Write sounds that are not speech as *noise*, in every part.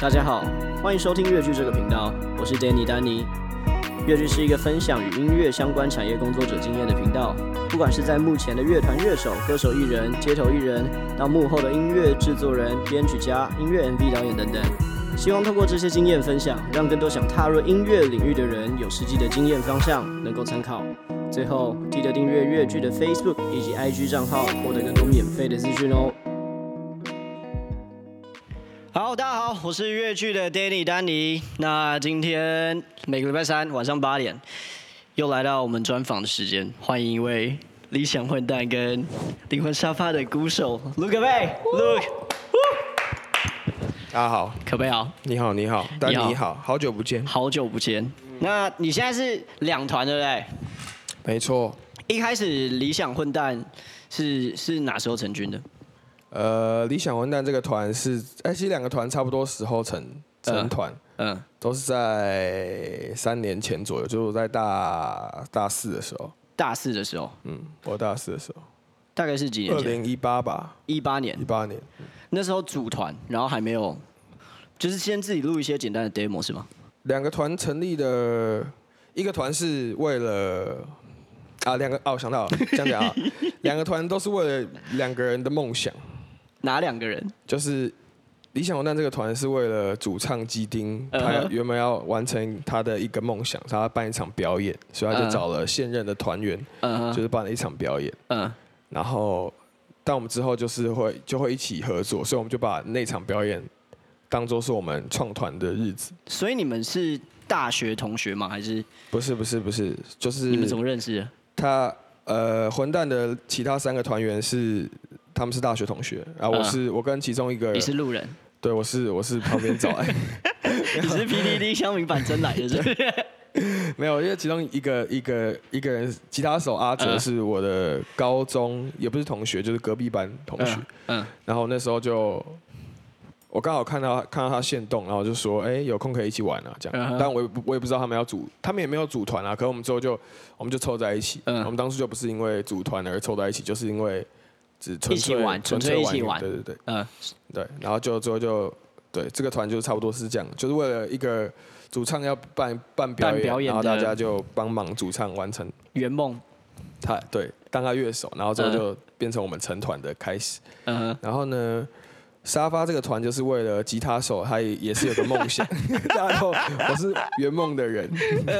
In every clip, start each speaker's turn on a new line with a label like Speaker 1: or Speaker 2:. Speaker 1: 大家好，欢迎收听越剧这个频道，我是 Danny 丹尼。越剧是一个分享与音乐相关产业工作者经验的频道，不管是在幕前的乐团、乐手、歌手、艺人、街头艺人，到幕后的音乐制作人、编曲家、音乐 MV 导演等等，希望透过这些经验分享，让更多想踏入音乐领域的人有实际的经验方向能够参考。最后，记得订阅越剧的 Facebook 以及 IG 账号，获得更多免费的资讯哦。好，大家好，我是越剧的 Danny 丹尼。那今天每个礼拜三晚上八点，又来到我们专访的时间，欢迎一位理想混蛋跟灵魂沙发的鼓手卢可贝，卢
Speaker 2: 大家好，
Speaker 1: 可贝好，
Speaker 2: 你好，你好，丹
Speaker 1: 你好
Speaker 2: 尼好，好久不见。
Speaker 1: 好久不见。那你现在是两团对不对？
Speaker 2: 没错，
Speaker 1: 一开始理想混蛋是是哪时候成军的？
Speaker 2: 呃，理想混蛋这个团是，哎，其实两个团差不多时候成成团，
Speaker 1: 嗯，
Speaker 2: 都是在三年前左右，就是我在大大四的时候，
Speaker 1: 大四的时候，
Speaker 2: 嗯，我大四的时候，
Speaker 1: 大概是几年
Speaker 2: 二
Speaker 1: 前？
Speaker 2: 零一八吧，
Speaker 1: 一八年
Speaker 2: 一。八年，
Speaker 1: 那时候组团，然后还没有，就是先自己录一些简单的 demo 是吗？
Speaker 2: 两个团成立的，一个团是为了。啊，两个哦，我想到了，这样讲 *laughs* 啊，两个团都是为了两个人的梦想，
Speaker 1: 哪两个人？
Speaker 2: 就是理想混蛋这个团是为了主唱基丁，
Speaker 1: 嗯
Speaker 2: 他
Speaker 1: 哼
Speaker 2: 原本要完成他的一个梦想，他要办一场表演，所以
Speaker 1: 嗯
Speaker 2: 他就找了现任的团员，
Speaker 1: 嗯哼
Speaker 2: 就是办了一场表演。
Speaker 1: 嗯，
Speaker 2: 然后，但我们之后就是会就会一起合作，所以我们就把那场表演当做是我们创团的日子。
Speaker 1: 所以你们是大学同学吗？还是
Speaker 2: 不是不是不是，就是
Speaker 1: 你们怎么认识的？
Speaker 2: 他呃混蛋的其他三个团员是他们是大学同学，然后我
Speaker 1: 嗯
Speaker 2: 是、我跟其中一个
Speaker 1: 你是路
Speaker 2: *laughs*
Speaker 1: 人，
Speaker 2: 对我是我是旁边找哎来。
Speaker 1: 你是 PDD 乡民版真来的是不是？
Speaker 2: 没有，因为其中一个一个一个人，吉他手阿哲
Speaker 1: 嗯
Speaker 2: 是我的高中，也不是同学，就是隔壁班 *laughs* 同学。
Speaker 1: *laughs* 嗯
Speaker 2: 然后那时候就我刚好看到看到他现动，然后就说：“哎、有空可以一起玩啊。”这样，
Speaker 1: 嗯哼
Speaker 2: 但我也不我也不知道他们要组，他们也没有组团啊。可我们之后就我们就凑在一起。
Speaker 1: 嗯
Speaker 2: 我们当初就不是因为组团而凑在一起，就是因为只纯
Speaker 1: 一起
Speaker 2: 粹
Speaker 1: 玩
Speaker 2: 纯
Speaker 1: 纯粹
Speaker 2: 粹
Speaker 1: 一起玩
Speaker 2: 对对对
Speaker 1: 嗯
Speaker 2: 对。然后就之后就对这个团就差不多是这样，就是为了一个。主唱要办办表
Speaker 1: 办
Speaker 2: 演，
Speaker 1: 表演
Speaker 2: 然后大
Speaker 1: 的
Speaker 2: 家就帮忙主唱完成
Speaker 1: 圆梦，
Speaker 2: 他对当他乐手，然后之后
Speaker 1: 嗯
Speaker 2: 就变成我们成团的开始。
Speaker 1: 嗯哼，
Speaker 2: 然后呢，沙发这个团就是为了吉他手，他也也是有个梦想， *laughs* 然后我是圆梦的人， *laughs*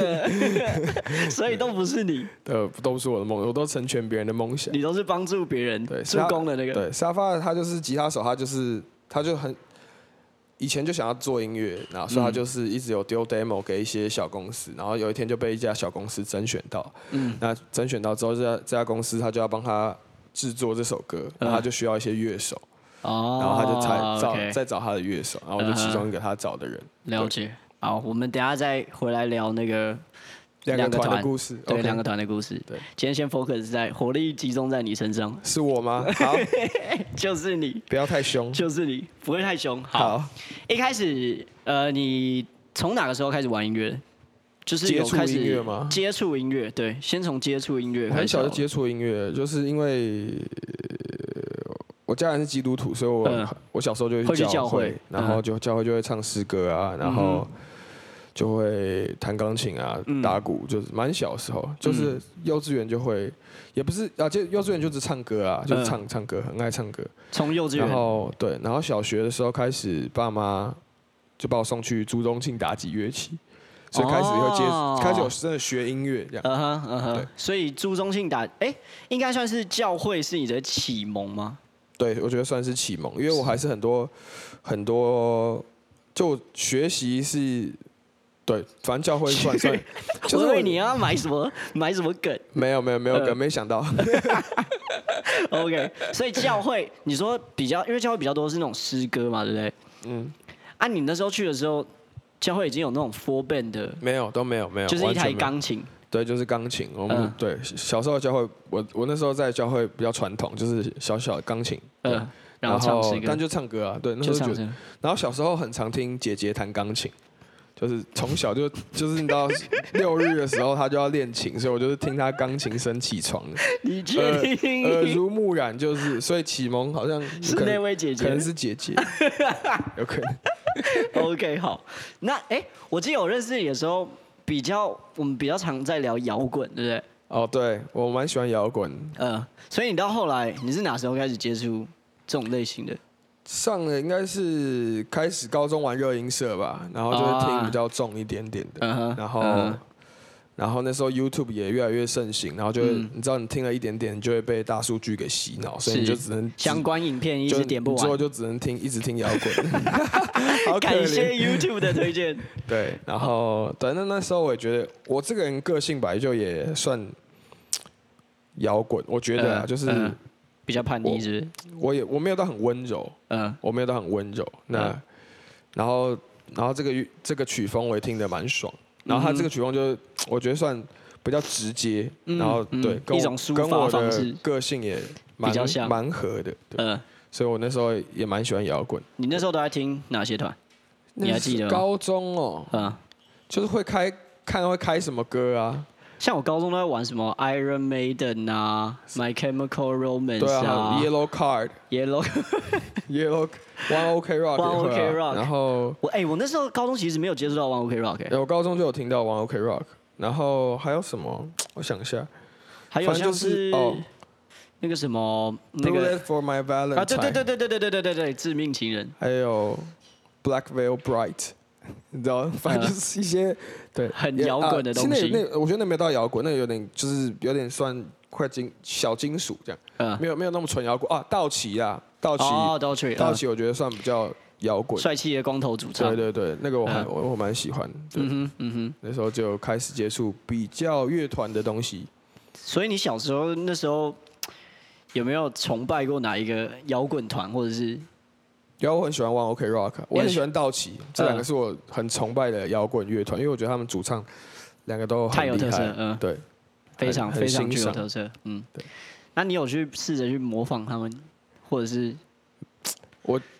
Speaker 1: 所以都不是你，
Speaker 2: 呃，都不是我的梦，我都成全别人的梦想。
Speaker 1: 你都是帮助别人
Speaker 2: 对
Speaker 1: 助攻的那个。
Speaker 2: 对，沙发他就是吉他手，他就是他就很以前就想要做音乐，然后所以
Speaker 1: 嗯
Speaker 2: 他就是一直有丢 demo 给一些小公司，然后有一天就被一家小公司甄选到，
Speaker 1: 嗯
Speaker 2: 嗯，那甄选到之后，这家这家公司他就要帮他制作这首歌，然后他就需要一些乐手，
Speaker 1: 嗯哦
Speaker 2: 然后他就才找、
Speaker 1: OK
Speaker 2: 再找他的乐手，然后我就其中一个他找的人，
Speaker 1: 了解。好，我们等一下再回来聊那个
Speaker 2: 对两
Speaker 1: 两个
Speaker 2: 个团
Speaker 1: 团
Speaker 2: 的故事，
Speaker 1: 对
Speaker 2: OK
Speaker 1: 两个团的故事。
Speaker 2: 对，
Speaker 1: 今天先 focus 在火力集中在你身上，
Speaker 2: 是我吗？
Speaker 1: *laughs*
Speaker 2: 好，
Speaker 1: 就是你，
Speaker 2: 不要太凶。
Speaker 1: 就是你，不会太凶。好，
Speaker 2: 好，
Speaker 1: 一开始呃，你从哪个时候开始玩音乐？就是有
Speaker 2: 接触
Speaker 1: 开始
Speaker 2: 音乐吗
Speaker 1: 接触音乐，对，先从接触音乐
Speaker 2: 我
Speaker 1: 开始。
Speaker 2: 很小就接触音乐，就是因为呃我家人是基督徒，所以我、
Speaker 1: 嗯
Speaker 2: 我小时候就
Speaker 1: 会去
Speaker 2: 教
Speaker 1: 教会嗯
Speaker 2: 会，然后就教会就会唱诗歌啊，然后就会弹钢琴啊、
Speaker 1: 嗯
Speaker 2: 打鼓，就是蛮小时候，就是幼稚园就会，也不是啊，就幼稚园就是唱歌啊，就是唱、唱歌，很爱唱歌。
Speaker 1: 从嗯幼稚
Speaker 2: 然
Speaker 1: 园，
Speaker 2: 后对，然后小学的时候开始，爸妈就把我送去朱宗庆打击乐器，所以开始会接，
Speaker 1: 哦
Speaker 2: 开始有真的学音乐这样。
Speaker 1: 嗯哼嗯哼
Speaker 2: 对。
Speaker 1: 所以朱宗庆打，哎、应该算是教会是你的启蒙吗？
Speaker 2: 对，我觉得算是启蒙，因为我还是很多很多，就学习是，对，反正教会
Speaker 1: *laughs*
Speaker 2: 算算，就是
Speaker 1: 我以
Speaker 2: 我
Speaker 1: 为你要买什么 *laughs* 买什么梗。
Speaker 2: 没有没有没有，
Speaker 1: 呃
Speaker 2: 没想到，
Speaker 1: OK，所以教会，你说比较，因为教会比较多是那种诗歌嘛，对不对？
Speaker 2: 嗯，
Speaker 1: 啊，你那时候去的时候，教会已经有那种 four band 的，
Speaker 2: 没有都没有没有，
Speaker 1: 就是一
Speaker 2: 完全
Speaker 1: 台
Speaker 2: 没有，
Speaker 1: 钢琴，
Speaker 2: 对，就是钢琴，我们、
Speaker 1: 嗯
Speaker 2: 对小时候的教会，我我那时候在教会比较传统，就是小小的钢琴，对
Speaker 1: 嗯，然后唱诗歌
Speaker 2: 但，就唱歌啊，对，那时
Speaker 1: 就
Speaker 2: 候觉
Speaker 1: 唱
Speaker 2: 得
Speaker 1: 诗歌。
Speaker 2: 然后小时候很常听姐姐弹钢琴，就是从小就 *laughs* 就是你知道六日的时候她就要练琴，所以我就是听她钢琴声起床的，
Speaker 1: 你
Speaker 2: 呃
Speaker 1: 确定？
Speaker 2: 耳
Speaker 1: *laughs*
Speaker 2: 濡目染就是，所以启蒙好像
Speaker 1: 是
Speaker 2: 可
Speaker 1: 那
Speaker 2: 能
Speaker 1: 位姐 *laughs*
Speaker 2: 可能
Speaker 1: 姐？
Speaker 2: 是姐姐，有可能
Speaker 1: OK，好，那哎、我记得我认识你的时候，比较我们比较常在聊摇滚，对不对？
Speaker 2: 哦，对我蛮喜欢摇滚。
Speaker 1: 呃，所以你到后来你是哪时候开始接触这种类型的？
Speaker 2: 上了应该是开始高中玩热音社吧，然后就是听比较重一点点的，
Speaker 1: 嗯哼
Speaker 2: 然后、
Speaker 1: 嗯哼
Speaker 2: 然后那时候 YouTube 也越来越盛行，然后就会、
Speaker 1: 嗯
Speaker 2: 你知道你听了一点点，你就会被大数据给洗脑，所以
Speaker 1: 是
Speaker 2: 你就只能
Speaker 1: 相关影片一
Speaker 2: 就
Speaker 1: 直点不
Speaker 2: 你之后
Speaker 1: 完。
Speaker 2: 就只能听一直听摇
Speaker 1: *laughs*
Speaker 2: 滚，好可
Speaker 1: 感谢
Speaker 2: 怜。哦
Speaker 1: YouTube 的推
Speaker 2: *laughs*
Speaker 1: 荐。
Speaker 2: 对，然后对，那那时候我也觉得我这个人个性本来就也算摇滚，我觉得啊，
Speaker 1: 嗯
Speaker 2: 就是、
Speaker 1: 嗯比较叛逆是不是？
Speaker 2: 我也我没有到很温柔，
Speaker 1: 嗯
Speaker 2: 我没有到很温柔。那、
Speaker 1: 嗯
Speaker 2: 然后然后这个这个曲风我也听得蛮爽，然后他这个曲风就是我觉得算比较直接，
Speaker 1: 嗯
Speaker 2: 然后
Speaker 1: 嗯
Speaker 2: 对跟
Speaker 1: 一
Speaker 2: 我
Speaker 1: 种抒发
Speaker 2: 跟我
Speaker 1: 方式
Speaker 2: 的个性也蛮
Speaker 1: 比较像
Speaker 2: 蛮合的，对，
Speaker 1: 嗯，
Speaker 2: 所以我那时候也蛮喜欢摇滚。
Speaker 1: 你那时候都在听哪些团？你还记得吗
Speaker 2: 那是高中哦，
Speaker 1: 嗯，
Speaker 2: 就是会开看会开什么歌啊？
Speaker 1: 像我高中都在玩什么 Iron Maiden 啊，My Chemical
Speaker 2: 对
Speaker 1: Romance
Speaker 2: 啊
Speaker 1: 啊
Speaker 2: 还有，Yellow Card、
Speaker 1: ，Yellow。
Speaker 2: Yellow One OK Rock 也
Speaker 1: One
Speaker 2: 会
Speaker 1: Ok
Speaker 2: 啊
Speaker 1: Rock
Speaker 2: 然后哎
Speaker 1: 我哎、我那时候高中其实没有接触到 One OK Rock，、欸、
Speaker 2: 我高中就有听到 One OK Rock，然后还有什么？我想一下，
Speaker 1: 还有
Speaker 2: 反正
Speaker 1: 像
Speaker 2: 就是
Speaker 1: 是
Speaker 2: 哦
Speaker 1: 那个什么那
Speaker 2: Blue
Speaker 1: 个
Speaker 2: Light for My Valentine，
Speaker 1: 啊，对对对，对对对对对对对，致命情人，
Speaker 2: 还有 Black Veil Bright，你 *laughs* 知道，反正就是一些、对
Speaker 1: 嗯很
Speaker 2: 也
Speaker 1: 摇滚的
Speaker 2: 啊
Speaker 1: 东
Speaker 2: 其实
Speaker 1: 西
Speaker 2: 那那我觉得那没有到摇滚，那有点就是有点算快金小金属这样，
Speaker 1: 嗯，
Speaker 2: 没有没有那么纯摇滚啊。道奇啊，道奇，
Speaker 1: 哦，道具，
Speaker 2: 道
Speaker 1: 嗯
Speaker 2: 奇我觉得算比较摇滚。
Speaker 1: 帅气的光头主唱
Speaker 2: 对，对对，那个我还、
Speaker 1: 嗯
Speaker 2: 我我蛮喜欢，对，
Speaker 1: 嗯哼嗯哼，
Speaker 2: 那时候就开始接触比较乐团的东西。
Speaker 1: 所以你小时候那时候有没有崇拜过哪一个摇滚团，或者是
Speaker 2: 然后我很喜欢玩 OK Rock，我很喜欢道
Speaker 1: 嗯
Speaker 2: 奇，这两个是我很崇拜的摇滚乐团，因为我觉得他们主唱两个都很
Speaker 1: 太有
Speaker 2: 厉
Speaker 1: 特
Speaker 2: 害
Speaker 1: 色嗯
Speaker 2: 对，
Speaker 1: 非常
Speaker 2: 很
Speaker 1: 非常
Speaker 2: 欣
Speaker 1: 具有
Speaker 2: 赏
Speaker 1: 特色？嗯
Speaker 2: 对，
Speaker 1: 那你有去试着去模仿他们，或者是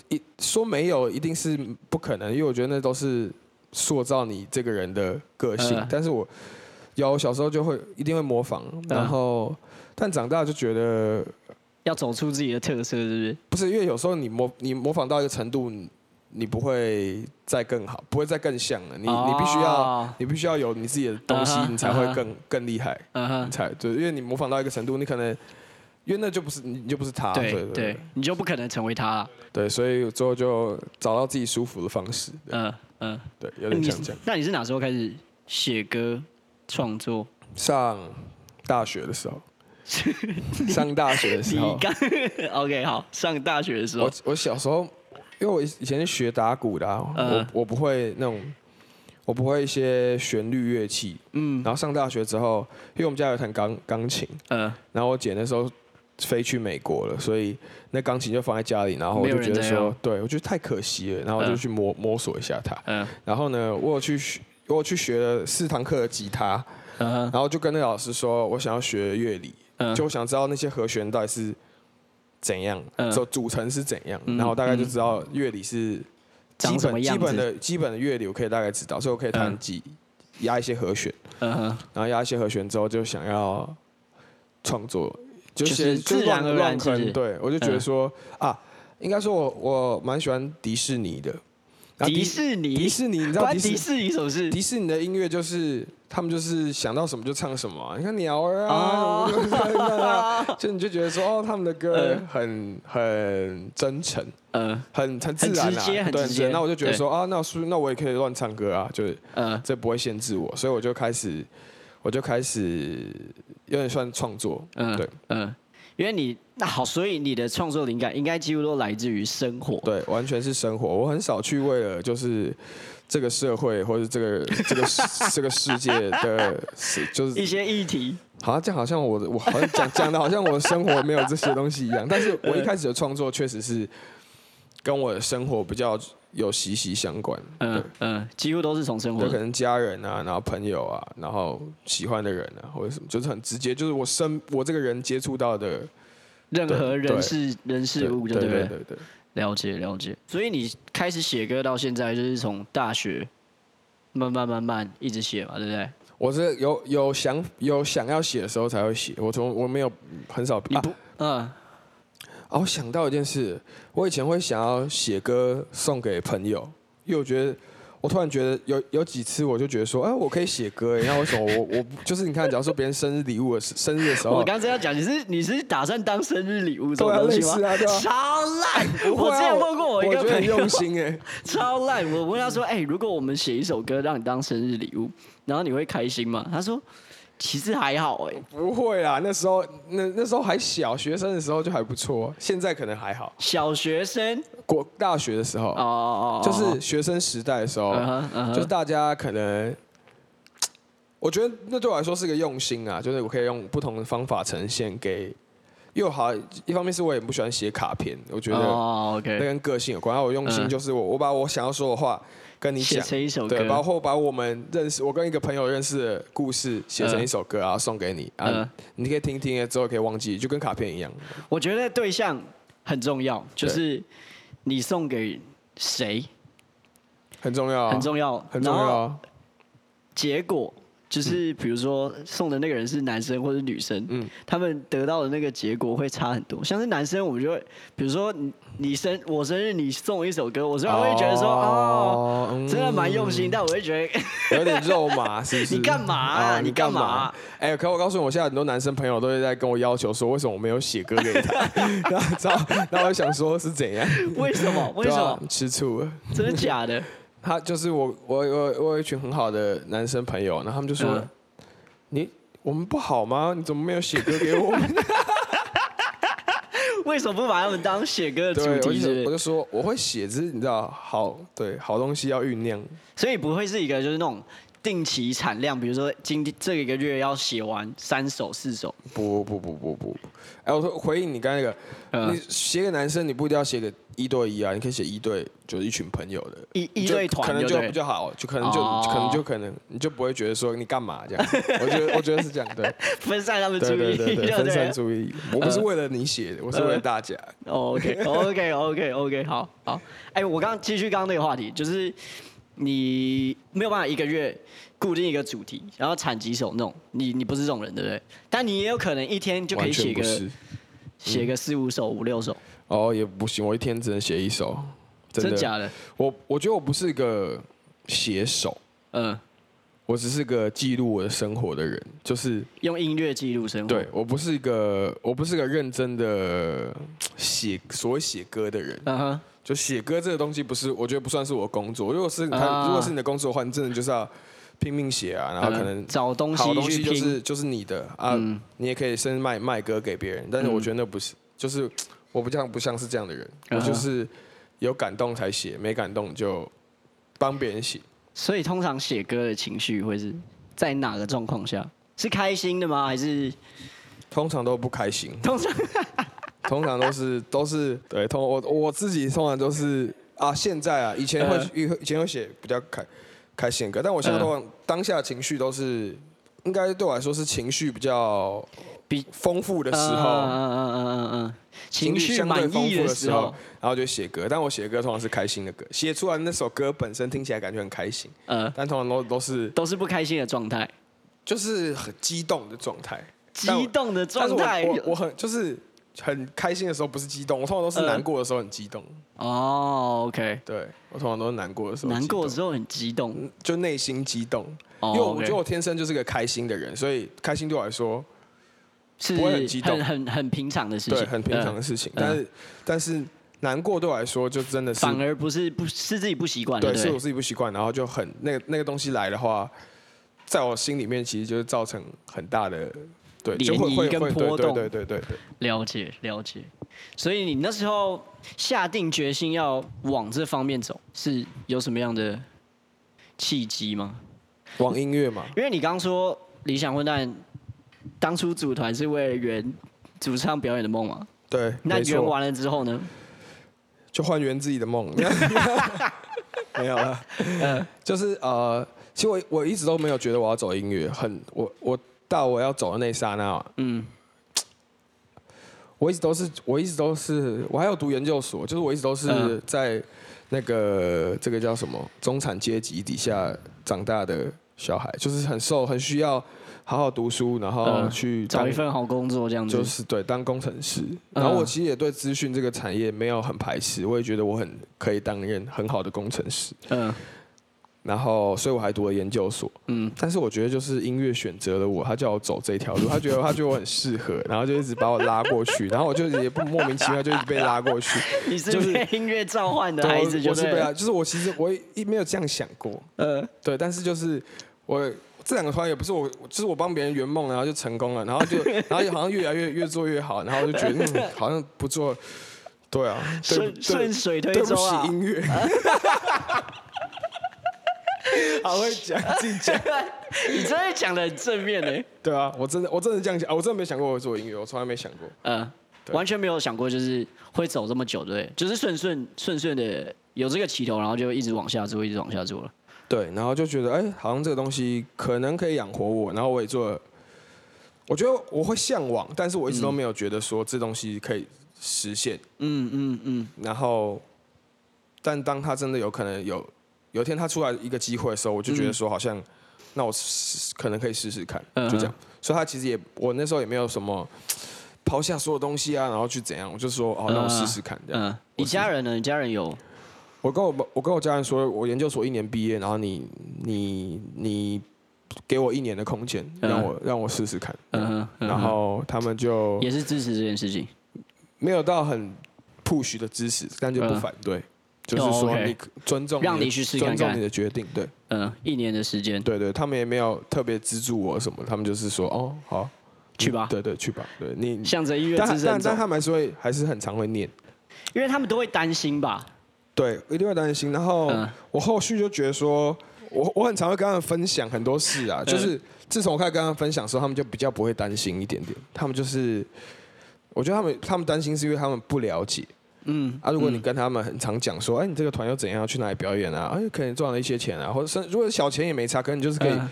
Speaker 2: 一说没有一定是不可能，因为我觉得那都是塑造你这个人的个性。
Speaker 1: 嗯
Speaker 2: 但是我有我小时候就会一定会模仿，然后、但长大就觉得
Speaker 1: 要走出自己的特色，是
Speaker 2: 不是，因为有时候你模你模仿到一个程度，你你不会再更好，不会再更像了。
Speaker 1: 不
Speaker 2: 你
Speaker 1: 是？
Speaker 2: 你必须要
Speaker 1: 哦，
Speaker 2: 你必须要有你自己的东西
Speaker 1: 嗯，哼
Speaker 2: 你才会
Speaker 1: 嗯哼
Speaker 2: 更更厉害。
Speaker 1: 嗯哼
Speaker 2: 你。才对，因为你模仿到一个程度，你可能因为那就不是你你就不是他，
Speaker 1: 对
Speaker 2: 啊对
Speaker 1: 对，你就不可能成为他了。
Speaker 2: 对所以最后就找到自己舒服的方式，对
Speaker 1: 嗯嗯，
Speaker 2: 对，有点
Speaker 1: 你
Speaker 2: 像
Speaker 1: 是
Speaker 2: 这样。
Speaker 1: 那你是哪时候开始写歌创作？
Speaker 2: 上大学
Speaker 1: *laughs*
Speaker 2: 的时候，上大学的时
Speaker 1: 你
Speaker 2: 候，
Speaker 1: 刚 *laughs* OK 好，上大学的时候
Speaker 2: 我，我小时候，因为我以以前是学打鼓的、啊，
Speaker 1: 嗯
Speaker 2: 我我不会那种，我不会一些旋律乐器，
Speaker 1: 嗯
Speaker 2: 然后上大学之后，因为我们家有弹钢钢琴，
Speaker 1: 呃，
Speaker 2: 然后我姐那时候飞去美国了，所以那钢琴就放在家里，然后我
Speaker 1: 没有
Speaker 2: 就
Speaker 1: 人
Speaker 2: 觉得
Speaker 1: 在
Speaker 2: 说
Speaker 1: 用，
Speaker 2: 对我觉得太可惜了，然后我就
Speaker 1: 嗯
Speaker 2: 去摸、摸索一下它。
Speaker 1: 嗯
Speaker 2: 然后呢，我有去学，我有去学了四堂课的吉他，
Speaker 1: 嗯
Speaker 2: 然后就跟那老师说我想要学乐理，
Speaker 1: 嗯，
Speaker 2: 就我想知道那些和弦到底是怎样，
Speaker 1: 嗯
Speaker 2: 就组成是怎样，
Speaker 1: 嗯
Speaker 2: 然后大概就知道乐理是基
Speaker 1: 长什么
Speaker 2: 本基
Speaker 1: 样
Speaker 2: 本
Speaker 1: 子？
Speaker 2: 的基本的乐理，我可以大概知道，所以我可以弹
Speaker 1: 嗯
Speaker 2: 几压一些和弦。
Speaker 1: 嗯哼，
Speaker 2: 然后压一些和弦之后，就想要创作，就
Speaker 1: 就是
Speaker 2: 写
Speaker 1: 自然而然是不是
Speaker 2: 对，我就觉得
Speaker 1: 嗯
Speaker 2: 说、啊，应该说我我蛮喜欢迪士尼的。然后
Speaker 1: 迪士尼，
Speaker 2: 迪士尼，你知道
Speaker 1: 关
Speaker 2: 迪
Speaker 1: 迪
Speaker 2: 士
Speaker 1: 士尼什么事？
Speaker 2: 迪士尼的音乐就是他们就是想到什么就唱什么啊、你看鸟儿啊，
Speaker 1: 哦
Speaker 2: 什么的 *laughs* 就你就觉得说哦，他们的歌
Speaker 1: 嗯
Speaker 2: 很很真诚，
Speaker 1: 呃
Speaker 2: 很很自然
Speaker 1: 很直
Speaker 2: 啊，
Speaker 1: 接很
Speaker 2: 对
Speaker 1: 直接
Speaker 2: 那我就觉得说啊，那是不是那我也可以乱唱歌啊，就是
Speaker 1: 呃，
Speaker 2: 这不会限制我，所以我就开始，我就开始有点算创作，
Speaker 1: 嗯
Speaker 2: 对
Speaker 1: 嗯，因为你那好，所以你的创作灵感应该几乎都来自于生活。
Speaker 2: 对，完全是生活。我很少去为了就是这个社会或者这个这个世这个世界的，是就是
Speaker 1: 一些议题，
Speaker 2: 好像这样好像我的我好像讲讲的好像我的生活没有这些东西一样，但是我一开始的创作确实是跟我的生活比较有息息相关，
Speaker 1: 嗯嗯，几乎都是从生活
Speaker 2: 就可能家人啊，然后朋友啊，然后喜欢的人啊，或者什么，就是很直接，就是我身我这个人接触到的
Speaker 1: 任
Speaker 2: 对
Speaker 1: 何人
Speaker 2: 对
Speaker 1: 事人事
Speaker 2: 对
Speaker 1: 物，
Speaker 2: 对
Speaker 1: 不对？
Speaker 2: 对对。
Speaker 1: 了解了解，所以你开始写歌到现在，就是从大学慢慢慢慢一直写嘛，对不对？
Speaker 2: 我是有有想有想要写的时候才会写，我从我没有很少
Speaker 1: 你
Speaker 2: 啊
Speaker 1: 不，嗯，
Speaker 2: 啊！我想到一件事，我以前会想要写歌送给朋友，因为我觉得。我突然觉得有有几次，我就觉得说，哎、我可以写歌耶，然后为什么我我 *laughs* 不就是你看，假如说别人生日礼物的时生日的时候，
Speaker 1: 我刚才要讲，你是你是打算当生日礼物这种
Speaker 2: 对啊
Speaker 1: 东西
Speaker 2: 类似
Speaker 1: 吗？
Speaker 2: 啊对啊
Speaker 1: 超烂！
Speaker 2: 会
Speaker 1: 我之
Speaker 2: 啊
Speaker 1: 前问过 *laughs* 我一个
Speaker 2: 觉得
Speaker 1: 朋
Speaker 2: 很
Speaker 1: 友
Speaker 2: 用，心哎，
Speaker 1: *laughs* 超烂。我问他说：“哎、如果我们写一首歌让你当生日礼物，然后你会开心吗？”他说：“其实还好哎、
Speaker 2: *laughs* 不会啦，那时候那那时候还小学生的时候就还不错，现在可能还好。
Speaker 1: 小学生
Speaker 2: 国大学的时候，
Speaker 1: 哦哦哦，
Speaker 2: 就是学生时代的时候，
Speaker 1: 嗯哼嗯哼
Speaker 2: 就是大家可能，我觉得那对我来说是个用心啊，就是我可以用不同的方法呈现给。又好，一方面是我也不喜欢写卡片，我觉得
Speaker 1: 哦，OK，
Speaker 2: 那跟个性有关。然后我用心
Speaker 1: 嗯
Speaker 2: 就是我，我把我想要说的话跟你
Speaker 1: 写
Speaker 2: 讲，
Speaker 1: 成一首歌
Speaker 2: 对，包括把我们认识，我跟一个朋友认识的故事写成一首歌啊，送给你
Speaker 1: 嗯
Speaker 2: 啊，你可以听听了之后可以忘记，就跟卡片一样。
Speaker 1: 我觉得对象很重要，就
Speaker 2: 对
Speaker 1: 是你送给谁
Speaker 2: 很重要啊，
Speaker 1: 很重要，
Speaker 2: 很重要
Speaker 1: 然后
Speaker 2: 啊。
Speaker 1: 结果就是，比如说送的那个人是男生或是女生，
Speaker 2: 嗯
Speaker 1: 他们得到的那个结果会差很多。像是男生，我们就会，比如说你你生我生日，你送我一首歌，我虽然会觉得说哦，
Speaker 2: 嗯
Speaker 1: 真的蛮用心，但我会觉得 *laughs*
Speaker 2: 有点肉麻，是不是？
Speaker 1: 你干嘛啊
Speaker 2: 啊
Speaker 1: 你干嘛？
Speaker 2: 哎、可我告诉你，我现在很多男生朋友都会在跟我要求说，为什么我没有写歌给
Speaker 1: *laughs*
Speaker 2: 他？然后，知道，然后我想说是怎样？
Speaker 1: 为什么？ *laughs* 为
Speaker 2: 对
Speaker 1: 什
Speaker 2: 啊
Speaker 1: 么？？
Speaker 2: 吃醋了。
Speaker 1: 真的假的？
Speaker 2: 他就是我，我我我有一群很好的男生朋友，然后他们就说：“
Speaker 1: 嗯
Speaker 2: 你我们不好吗？你怎么没有写歌给我们
Speaker 1: 为什么不把他们当写 *laughs* 歌？”的
Speaker 2: 对，
Speaker 1: 主
Speaker 2: 我
Speaker 1: 题？
Speaker 2: 就是
Speaker 1: 不是？
Speaker 2: 我就说我会写，只是你知道，好对，好东西要酝酿。
Speaker 1: 所以不会是一个就是那种定期产量，比如说今天这个月要写完三首四首，
Speaker 2: 不不不不不不，哎、我说回应你刚才那个，
Speaker 1: 嗯
Speaker 2: 你写给男生，你不一定要写给一对一啊，你可以写一对，就是一群朋友的。
Speaker 1: 一一
Speaker 2: 就
Speaker 1: 对
Speaker 2: 可
Speaker 1: 团
Speaker 2: 能
Speaker 1: 就
Speaker 2: 就
Speaker 1: 对
Speaker 2: 比较好，就可能就、
Speaker 1: 哦
Speaker 2: 可能就可能你就不会觉得说你干嘛这样，我觉得我觉得是这样，对
Speaker 1: 分散他们 *laughs* 注
Speaker 2: 对
Speaker 1: 意嗯
Speaker 2: 对
Speaker 1: 力，
Speaker 2: 对对，
Speaker 1: 不
Speaker 2: 分散注意力。我不是为了你写的，我是为了大家。
Speaker 1: 嗯 OK OK OK OK，好好。哎、我刚刚继续刚刚那个话题，就是你没有办法一个月固定一个主题，然后产几首那种，你你不是这种人，对不对？但你也有可能一天就可
Speaker 2: 完
Speaker 1: 以写
Speaker 2: 全
Speaker 1: 个
Speaker 2: 不是。嗯
Speaker 1: 写个四五首、五六首，
Speaker 2: 哦，也不行，我一天只能写一首，真的。
Speaker 1: 假的？
Speaker 2: 我我觉得我不是一个写手，
Speaker 1: 嗯，
Speaker 2: 我只是个记录我的生活的人，就是
Speaker 1: 用音乐记录生活。
Speaker 2: 对我不是一个我不是个认真的写所谓写歌的人，
Speaker 1: 嗯哼，
Speaker 2: 就写歌这个东西不是我觉得不算是我的工作。如果是你看，
Speaker 1: 啊
Speaker 2: 如果是你的工作的话，你真的就是要拼命写啊，然后可能
Speaker 1: 嗯找东西
Speaker 2: 好东
Speaker 1: 去
Speaker 2: 西
Speaker 1: 拼，嗯
Speaker 2: 就是就是你的啊，你也可以甚至卖卖歌给别人，但是我觉得那不是，就是我不像不像是这样的人，我
Speaker 1: 嗯
Speaker 2: 就是有感动才写，没感动就帮别人写。
Speaker 1: 所以通常写歌的情绪会是在哪个状况下？是开心的吗？还是
Speaker 2: 通常都不开心，
Speaker 1: 通常
Speaker 2: 通常都是都是对，通我我自己通常都是啊，现在啊，以前会
Speaker 1: 嗯
Speaker 2: 以以前会写比较开开心的歌，但我现在
Speaker 1: 嗯
Speaker 2: 通常当下情绪都是，应该对我来说是情绪比较
Speaker 1: 比
Speaker 2: 丰富的时
Speaker 1: 嗯
Speaker 2: 候，
Speaker 1: 嗯嗯嗯嗯嗯，情
Speaker 2: 情
Speaker 1: 绪
Speaker 2: 相对
Speaker 1: 满
Speaker 2: 丰
Speaker 1: 意
Speaker 2: 富
Speaker 1: 的
Speaker 2: 的
Speaker 1: 时
Speaker 2: 时
Speaker 1: 候
Speaker 2: 候，，然后就写歌，但我写的歌通常是开心的歌，写出来那首歌本身听起来感觉很开心，
Speaker 1: 呃，
Speaker 2: 但通常都都是
Speaker 1: 都是不开心的状态，
Speaker 2: 就是很激动的状态，但我
Speaker 1: 激动的状
Speaker 2: 但是我
Speaker 1: 态。
Speaker 2: 我我很就是很开心的时候不是激动，我通常都是
Speaker 1: 嗯
Speaker 2: 难过的时候很激动。
Speaker 1: 哦，OK，
Speaker 2: 对我通常都是难过的时候激动，
Speaker 1: 难过的时候很激动，
Speaker 2: 就内心激动，
Speaker 1: 哦
Speaker 2: 因为我
Speaker 1: OK
Speaker 2: 觉得我天生就是个开心的人，所以开心对我来说，
Speaker 1: 是
Speaker 2: 不会很激动
Speaker 1: 很很很平常的事情，
Speaker 2: 对，很平常的
Speaker 1: 嗯，
Speaker 2: 事情。
Speaker 1: 嗯
Speaker 2: 但是但是难过对我来说，就真的是
Speaker 1: 反而不是不是自己不习惯的，
Speaker 2: 对，是
Speaker 1: 对
Speaker 2: 我自己不习惯，然后就很那个那个东西来的话，在我心里面其实就是造成很大的。对，
Speaker 1: 涟漪
Speaker 2: 就会会
Speaker 1: 跟
Speaker 2: 会
Speaker 1: 波
Speaker 2: 对
Speaker 1: 动
Speaker 2: 对对对对对，
Speaker 1: 了解了解。所以你那时候下定决心要往这方面走，是有什么样的契机吗？
Speaker 2: 往音乐嘛，
Speaker 1: 因为你刚说理想混蛋当初组团是为了圆主唱表演的梦嘛，
Speaker 2: 对，
Speaker 1: 那
Speaker 2: 没
Speaker 1: 圆
Speaker 2: 错，
Speaker 1: 完了之后呢？
Speaker 2: 就还原自己
Speaker 1: *laughs*
Speaker 2: 的梦，没有了。
Speaker 1: 呃，
Speaker 2: 就是呃，其实我我一直都没有觉得我要走音乐，很我我到我要走的那一刹那，
Speaker 1: 嗯，
Speaker 2: 我一直都是我一直都是我还有读研究所，就是我一直都是
Speaker 1: 嗯
Speaker 2: 在那个这个叫什么中产阶级底下长大的小孩，就是很受很需要好好读书，然后
Speaker 1: 嗯
Speaker 2: 去当、
Speaker 1: 找一份好工作这样子
Speaker 2: 就。是对当工程师。然
Speaker 1: 嗯
Speaker 2: 后我其实也对资讯这个产业没有很排斥，我也觉得我很可以担任很好的工程师。
Speaker 1: 嗯
Speaker 2: 然后，所以我还读了研究所。
Speaker 1: 嗯，
Speaker 2: 但是我觉得就是音乐选择了我，他叫我走这条路，他觉得他觉得我很适合，然后就一直把我拉过去，然后我就也不莫名其妙就一直被拉
Speaker 1: *laughs*
Speaker 2: 过去。
Speaker 1: 你是
Speaker 2: 就是
Speaker 1: 被音乐召唤的
Speaker 2: 对，啊
Speaker 1: 孩
Speaker 2: 我
Speaker 1: 子
Speaker 2: 是
Speaker 1: 就
Speaker 2: 我是
Speaker 1: 对
Speaker 2: 被
Speaker 1: 了
Speaker 2: 拉，就是我其实我一没有这样想过，
Speaker 1: 呃，
Speaker 2: 对，但是就是我这两个团也不是我，就是我帮别人圆梦，然后就成功了，然后就然后就好像越来越越做越好，然后我就觉得、嗯、好像不做，对啊，对
Speaker 1: 顺
Speaker 2: 对
Speaker 1: 顺水推
Speaker 2: 对不
Speaker 1: 舟
Speaker 2: 起
Speaker 1: 啊，*laughs*
Speaker 2: 音乐，好会讲自己讲，
Speaker 1: 你真的讲的很正面欸
Speaker 2: *laughs*
Speaker 1: 呢、
Speaker 2: 对啊，我真的我真的这样想，啊我真的没想过我会做音乐，我从来没想过，
Speaker 1: 嗯，
Speaker 2: 对
Speaker 1: 完全没有想过就是会走这么久，对，就是顺顺顺顺的有这个起头，然后就一直往下做，一直往下做了。
Speaker 2: 对，然后就觉得哎、好像这个东西可能可以养活我，然后我也做了，我觉得我会向往，但是我一直都没有觉得说这东西可以实现。
Speaker 1: 嗯嗯嗯，
Speaker 2: 然后，但当他真的有可能有有一天他出来一个机会的时候，我就觉得说好像，那我试可能可以试试看，
Speaker 1: 嗯哼
Speaker 2: 就这样。所以他其实也，我那时候也没有什么抛下所有东西啊，然后去怎样，我就说哦，那我试试看这样。
Speaker 1: 嗯，你家人呢？你家人有？
Speaker 2: 我跟我我跟我家人说，我研究所一年毕业，然后你你你给我一年的空间，
Speaker 1: 嗯
Speaker 2: 让我让我试试看。
Speaker 1: 嗯哼，嗯哼嗯
Speaker 2: 然后他们就
Speaker 1: 也是支持这件事情。
Speaker 2: 没有到很 push 的支持，但就不
Speaker 1: 嗯
Speaker 2: 反对，就是
Speaker 1: 哦
Speaker 2: 说
Speaker 1: OK
Speaker 2: 你尊重的
Speaker 1: 让你去试看
Speaker 2: 尊
Speaker 1: 看
Speaker 2: 重你的决定，对
Speaker 1: 嗯，一年的时间，
Speaker 2: 对对，他们也没有特别资助我什么，他们就是说哦好
Speaker 1: 去吧
Speaker 2: 对对去吧，对你，
Speaker 1: 向着音乐
Speaker 2: 但
Speaker 1: 之
Speaker 2: 但
Speaker 1: 声走
Speaker 2: 但，他们还是会还是很常会念，
Speaker 1: 因为他们都会担心吧。
Speaker 2: 对，一定会担心。然后
Speaker 1: 嗯
Speaker 2: 我后续就觉得说，我我很常会跟他们分享很多事啊，
Speaker 1: 嗯
Speaker 2: 就是自从我开始跟他们分享的时候，他们就比较不会担心一点点。他们就是，我觉得他们他们担心是因为他们不了解。
Speaker 1: 嗯，
Speaker 2: 啊，如果你跟他们很常讲说，哎、你这个团又怎样，去哪里表演啊？哎，可能赚了一些钱啊，或者甚如果小钱也没差，可能你就是可以、
Speaker 1: 嗯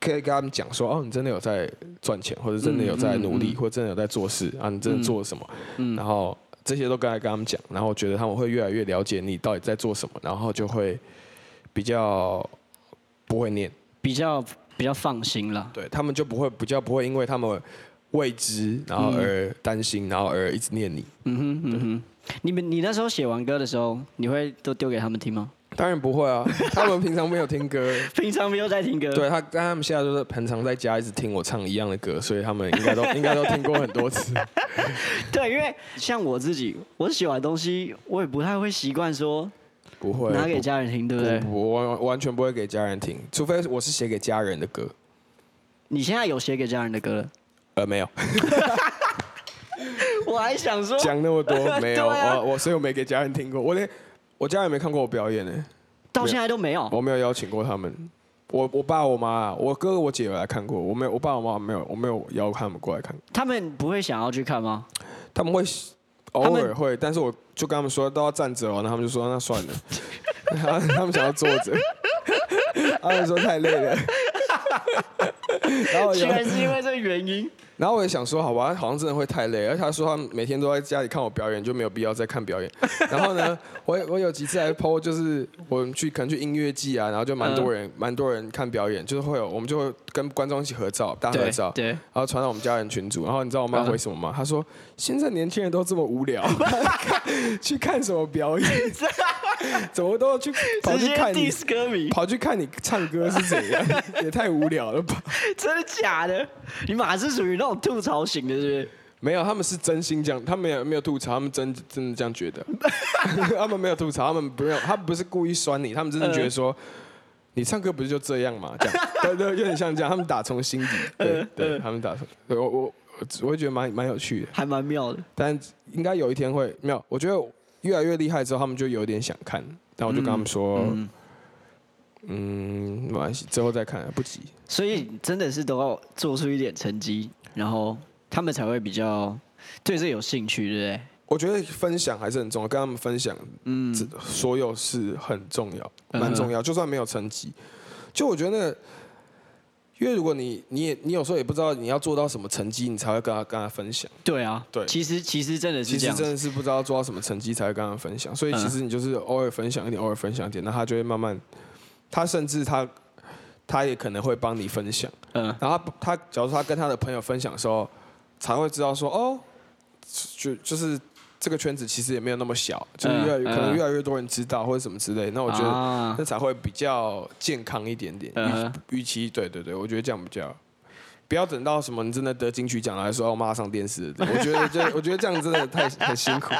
Speaker 2: 可以跟他们讲说，哦，你真的有在赚钱，或者真的有在努力，
Speaker 1: 嗯嗯嗯
Speaker 2: 或者真的有在做事啊，你真的做了什么？
Speaker 1: 嗯
Speaker 2: 然后这些都跟跟他们讲，然后我觉得他们会越来越了解你到底在做什么，然后就会比较不会念，
Speaker 1: 比较比较放心了。
Speaker 2: 对他们就不会比较不会因为他们未知，然后而担心，然后而一直念你。
Speaker 1: 嗯哼嗯哼，你们你那时候写完歌的时候，你会都丢给他们听吗？
Speaker 2: 当然不会啊，他们平常没有听歌。
Speaker 1: *laughs* 平常没有在听歌。
Speaker 2: *laughs* 对他，但他们现在就是很常在家一直听我唱一样的歌，所以他们应
Speaker 1: *laughs*
Speaker 2: 该都应该都听过很多次。
Speaker 1: *laughs* 对，因为像我自己，我写完东西，我也不太会习惯说
Speaker 2: 不会，
Speaker 1: 拿给
Speaker 2: 不
Speaker 1: 家人听，对不
Speaker 2: 不
Speaker 1: 对？
Speaker 2: 不，我完完全不会给家人听，除非我是写给家人的歌。
Speaker 1: 你现在有写给家人的歌了？
Speaker 2: 呃，没有
Speaker 1: *laughs* 我还想说，
Speaker 2: 讲那
Speaker 1: *laughs*
Speaker 2: 么多，没有，
Speaker 1: 对啊
Speaker 2: 我我所以我没给家人听过，我连我家人没看过我表演呢、
Speaker 1: 到现在都没有。
Speaker 2: 我没有邀请过他们。我我爸我妈啊，我哥我姐有来看过，我没有，我爸我妈没有，我没有邀他们过来看，
Speaker 1: 他们不会想要去看吗？
Speaker 2: 他们会偶
Speaker 1: 他们
Speaker 2: 尔会，但是我就跟他们说都要站着哦，然后他们就说那算了， *laughs* 他们他们想要坐着， *laughs* 他们说太累了， *laughs* 然后我
Speaker 1: 居
Speaker 2: 就
Speaker 1: 然是因为这个原因。
Speaker 2: 然后我也想说，好吧，好像真的会太累。而且他说他每天都在家里看我表演，就没有必要再看表演。然后呢，我我有几次还 PO，就是我们去可能去音乐季啊，然后就蛮多人，蛮、多人看表演，就是会有我们就会跟观众一起合照，大合
Speaker 1: 对
Speaker 2: 照，
Speaker 1: 对，
Speaker 2: 然后传到我们家人群组。然后你知道我妈
Speaker 1: 嗯
Speaker 2: 回什么吗？她说现在年轻人都这么无聊， *laughs* 去看什么表
Speaker 1: *laughs*
Speaker 2: 演？怎么都要去跑
Speaker 1: 直
Speaker 2: 去
Speaker 1: 接
Speaker 2: 看你
Speaker 1: diss 歌迷， *laughs*
Speaker 2: 跑去看你唱歌是怎样？ *laughs* 也太无聊了吧。
Speaker 1: 真的假的？你马是属于那种吐槽型的，是不是？
Speaker 2: 没有，他们是真心这样，他们也没有吐槽，他们真真的这样觉得， *laughs* 他们没有吐槽，他们不用，他们不是故意酸你，他们真的觉得说，
Speaker 1: 嗯
Speaker 2: 你唱歌不是就这样嘛，这样， *laughs* 对对，有点像这样，他们打从心底，
Speaker 1: 嗯
Speaker 2: 对对，他们打从，对我我我我会觉得蛮蛮有趣的，
Speaker 1: 还蛮妙的。
Speaker 2: 但应该有一天会没有，我觉得越来越厉害之后，他们就有点想看，但我就跟他们说，嗯，没关系，之后再看，不急，
Speaker 1: 所以真的是都要做出一点成绩，然后他们才会比较对这有兴趣，对不对？
Speaker 2: 我觉得分享还是很重要，跟他们分享，嗯，所有事很重要，蛮重要。就算没有成绩，就我觉得那个，因为如果你你也你有时候也不知道你要做到什么成绩，你才会跟他跟他分享。
Speaker 1: 对啊，
Speaker 2: 对
Speaker 1: 其实其实真的是
Speaker 2: 其
Speaker 1: 这
Speaker 2: 实
Speaker 1: 样子。嗯
Speaker 2: 真的是不知道做到什么成绩才会跟他分享，所以其实你就是偶尔分享一点，偶尔分享一点，那他就会慢慢，他甚至他他也可能会帮你分享。
Speaker 1: 嗯
Speaker 2: 然后他他，假如说他跟他的朋友分享的时候，才会知道说，哦，就就是这个圈子其实也没有那么小，就是越来越、
Speaker 1: 嗯
Speaker 2: 可能
Speaker 1: 嗯
Speaker 2: 越来越多人知道或者什么之类。那我觉得
Speaker 1: 啊
Speaker 2: 那才会比较健康一点点。
Speaker 1: 嗯哼
Speaker 2: 预预期对对对，我觉得这样比较。不要等到什么你真的得金曲奖来说，我马上上电视。我
Speaker 1: *laughs*
Speaker 2: 觉得这，我觉得这样真的太很辛苦，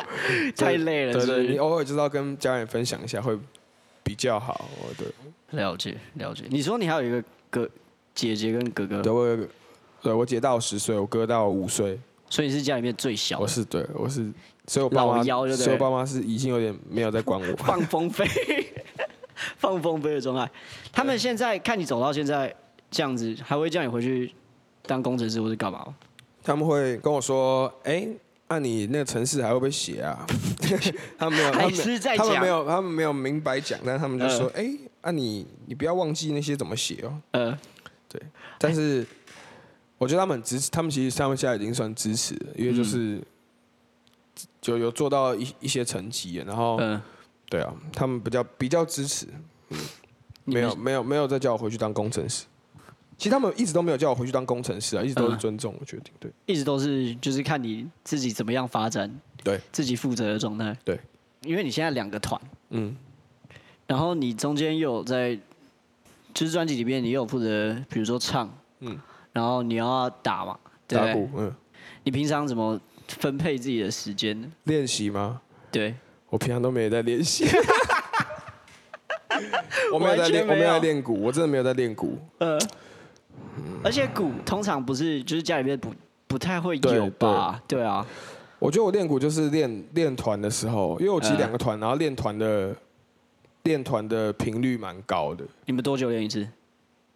Speaker 1: 太累了
Speaker 2: 对
Speaker 1: 是不
Speaker 2: 对，
Speaker 1: 是
Speaker 2: 你偶尔就是要跟家人分享一下会比较好。我对，
Speaker 1: 了解了解。你说你还有一个哥姐姐跟哥哥，
Speaker 2: 对我有个，对我姐大我十岁，我哥大我五岁，
Speaker 1: 所以你是家里面最小
Speaker 2: 我
Speaker 1: 的，
Speaker 2: 是对我是，所以我爸妈，
Speaker 1: 老幺就对
Speaker 2: 所以我爸妈是已经有点没有在管我。
Speaker 1: 放风飞， *laughs* 放风飞的状态。他们现在看你走到现在这样子，还会叫你回去当工程师或是干嘛吗？
Speaker 2: 他们会跟我说：“哎、按、你那个城市还会不会写啊？” *laughs* 他们没有，他
Speaker 1: 还
Speaker 2: 们
Speaker 1: 是在
Speaker 2: 他们
Speaker 1: 讲
Speaker 2: 没有，他们没有明白讲，但他们就说
Speaker 1: 嗯：“
Speaker 2: 哎、按、你你不要忘记那些怎么写哦。
Speaker 1: 呃，”
Speaker 2: 但是我觉得他们很支持，他们其实他们现在已经算支持了，因为
Speaker 1: 嗯
Speaker 2: 就是、就有做到一一些成绩了，然后、
Speaker 1: 嗯，
Speaker 2: 对啊，他们比较比较支持，嗯
Speaker 1: 你
Speaker 2: 没
Speaker 1: 们
Speaker 2: 有没有没有再叫我回去当工程师。其实他们一直都没有叫我回去当工程师啊，一直都是
Speaker 1: 嗯
Speaker 2: 尊重我决定。对，
Speaker 1: 一直都是就是看你自己怎么样发展，
Speaker 2: 对，
Speaker 1: 自己负责的状态，
Speaker 2: 对，
Speaker 1: 因为你现在两个团，
Speaker 2: 嗯，
Speaker 1: 然后你中间又有在，就是专辑里面你又有负责，比如说唱，嗯
Speaker 2: 嗯，
Speaker 1: 然后你要打嘛，对不
Speaker 2: 打
Speaker 1: 对
Speaker 2: 鼓，嗯，
Speaker 1: 你平常怎么分配自己的时间呢？
Speaker 2: 练习吗？
Speaker 1: 对，
Speaker 2: 我平常都没有在
Speaker 1: *laughs*
Speaker 2: 练习。我没有
Speaker 1: 完
Speaker 2: 在
Speaker 1: 全
Speaker 2: 练，我
Speaker 1: 没
Speaker 2: 没有
Speaker 1: 有
Speaker 2: 在练鼓，我真的没有在练鼓。
Speaker 1: 呃，嗯而且鼓通常不是就是家里面不不太会有
Speaker 2: 对
Speaker 1: 吧？对啊，
Speaker 2: 我觉得我练鼓就是练练团的时候，因为我其实
Speaker 1: 嗯
Speaker 2: 两个团，然后练团的练团的频率蛮高的，
Speaker 1: 你们多久练一次？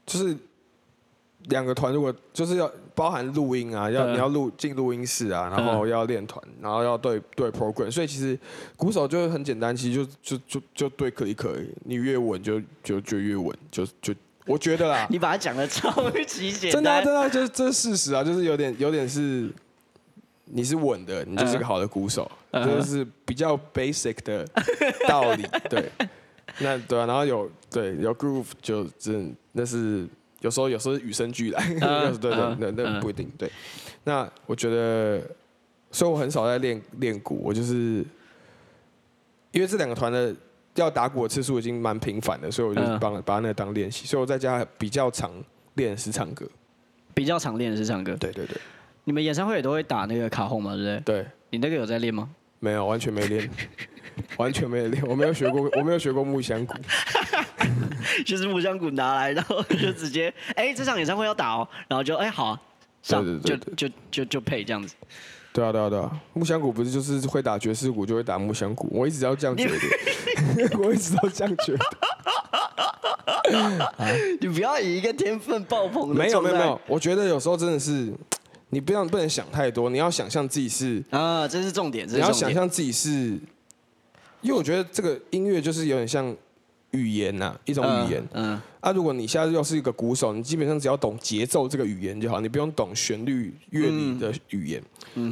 Speaker 2: 就是两个团如果就是要包含录音啊，要
Speaker 1: 嗯
Speaker 2: 你要录进录音室啊，然后要练团，然后要对对 program，所以其实鼓手就是很简单，其实就就就就对可以可以，你越稳就就就越稳，就就我觉得啦，
Speaker 1: 你把它讲的超级简
Speaker 2: 真的、啊、
Speaker 1: 单，
Speaker 2: 真的、啊，就是这是事实啊，就是有点有点是，你是稳的，你就是个好的鼓手，
Speaker 1: 嗯
Speaker 2: 这就是比较 basic 的道理，对。那对啊，然后有对有 groove 就真那是有时候有时候是与生俱来，
Speaker 1: 嗯
Speaker 2: 有时对
Speaker 1: 嗯
Speaker 2: 对那那
Speaker 1: 嗯
Speaker 2: 不一定对。那我觉得，所以我很少在练练鼓，我就是因为这两个团的要打鼓的次数已经蛮频繁的，所以我就
Speaker 1: 嗯
Speaker 2: 帮、把它那个当练习，所以我在家比较常练十唱歌。
Speaker 1: 比较常练的是唱歌。
Speaker 2: 对对对
Speaker 1: 你们演唱会也都会打那个卡轰嘛，对不对？
Speaker 2: 对，
Speaker 1: 你那个有在练吗？
Speaker 2: 没有完全没 *laughs* 练，完全没有练，我没有学 *laughs* 过，我没有学过木箱鼓。
Speaker 1: 就是木箱鼓拿来，然后就直 *laughs* 接，哎、这场演唱会要打哦，然后就，哎、好啊、上
Speaker 2: 对对对
Speaker 1: 就就就就配这样子。
Speaker 2: 对啊对啊对啊，木箱鼓不是就是会打爵士鼓就会打木箱鼓，我一直要这样觉得， *laughs* 我一直都这样觉得。
Speaker 1: 你不要以一个天分爆棚的
Speaker 2: *laughs* 没有
Speaker 1: 状
Speaker 2: 没
Speaker 1: 态
Speaker 2: 有没有，我觉得有时候真的是，你不要不能想太多，你要想象自己是，
Speaker 1: 啊，这是重点，这是
Speaker 2: 你要
Speaker 1: 重
Speaker 2: 想
Speaker 1: 点。
Speaker 2: 象自己是，因为我觉得这个音乐就是有点像语言呐、一种语言。
Speaker 1: 嗯，嗯
Speaker 2: 啊，如果你现在又是一个鼓手，你基本上只要懂节奏这个语言就好，你不用懂旋律乐理的语言。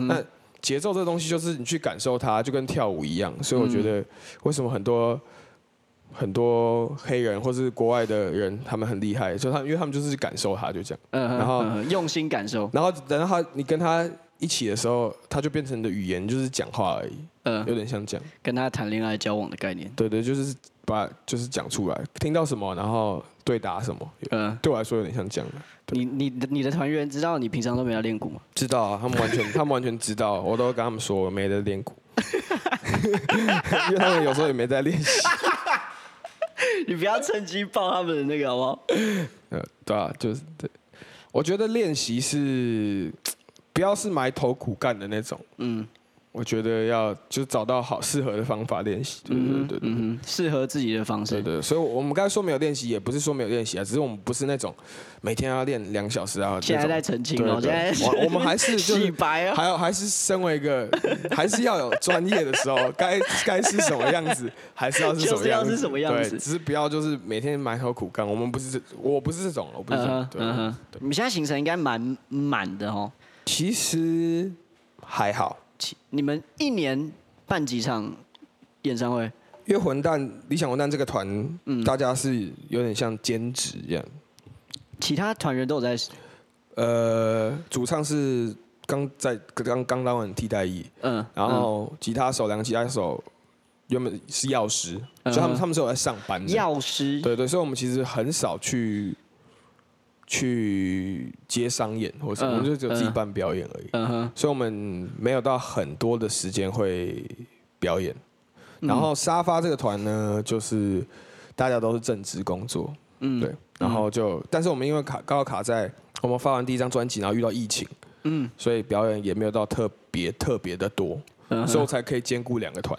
Speaker 2: 那节奏这东西就是你去感受它，就跟跳舞一样。所以我觉得，为什么很多很多黑人或是国外的人，他们很厉害，就他们因为他们就是感受它，就这样。
Speaker 1: 嗯，嗯
Speaker 2: 然后
Speaker 1: 嗯用心感受，
Speaker 2: 然后等到他你跟他一起的时候，他就变成你的语言，就是讲话而已，
Speaker 1: 嗯，
Speaker 2: 有点像这样。
Speaker 1: 跟他谈恋爱交往的概念，
Speaker 2: 对对，就是把就是讲出来，听到什么，然后对答什么。
Speaker 1: 嗯，
Speaker 2: 对我来说有点像这样的。
Speaker 1: 你你的你的团员知道你平常都没有练鼓吗？
Speaker 2: 知道啊，他们完全，他们完全知道，我都跟他们说我没在练鼓，因为他们有时候也没在练习。
Speaker 1: 你不要趁机爆他们的那个好不好？
Speaker 2: 呃，对啊，就是对，我觉得练习是不要是埋头苦干的那种，
Speaker 1: 嗯
Speaker 2: 我觉得要就找到好适合的方法练习。对对
Speaker 1: 嗯
Speaker 2: 对对对
Speaker 1: 嗯，适合自己的方
Speaker 2: 对
Speaker 1: 式，
Speaker 2: 对，所以我们刚才说没有练习，也不是说没有练习啊，只是我们不是那种每天要练两小时啊。
Speaker 1: 现在在
Speaker 2: 那种
Speaker 1: 澄清
Speaker 2: 对
Speaker 1: 哦，现在
Speaker 2: 对我我们还是就
Speaker 1: 洗
Speaker 2: 是
Speaker 1: 白啊，
Speaker 2: 还有还是身为一个，还是要有专业的时候，该该是什么样子，还是要是什么样
Speaker 1: 就是要
Speaker 2: 子，
Speaker 1: 是什么样子
Speaker 2: 对只是不要就是每天埋头苦干。我们不是这，我不是这种，我不是
Speaker 1: 嗯
Speaker 2: 这种
Speaker 1: 哼。
Speaker 2: 对，
Speaker 1: 嗯哼，你们现在行程应该蛮满的哦。
Speaker 2: 其实还好，
Speaker 1: 其你们一年办几场演唱会？嗯
Speaker 2: 因为混蛋理想混蛋这个团，大家是有点像兼职一样，
Speaker 1: 其他团员都有在，
Speaker 2: 呃，主唱是刚在刚刚当完替代役，
Speaker 1: 嗯，
Speaker 2: 然后吉他手两个吉他手原本是药师，所以他
Speaker 1: 嗯
Speaker 2: 们他们是有在上班
Speaker 1: 嗯
Speaker 2: 的。
Speaker 1: 药师，
Speaker 2: 对对，所以我们其实很少去去接商演或什么，
Speaker 1: 嗯
Speaker 2: 我们就只有自己
Speaker 1: 嗯
Speaker 2: 办表演而已。
Speaker 1: 嗯哼，
Speaker 2: 所以我们没有到很多的时间会表演。
Speaker 1: 嗯
Speaker 2: 然后沙发这个团呢，就是大家都是正职工作，
Speaker 1: 嗯，
Speaker 2: 对，然后就，但是我们因为卡刚好卡在我们发完第一张专辑，然后遇到疫情，
Speaker 1: 嗯，
Speaker 2: 所以表演也没有到特别特别的多，
Speaker 1: 嗯哼
Speaker 2: 所以我才可以兼顾两个团，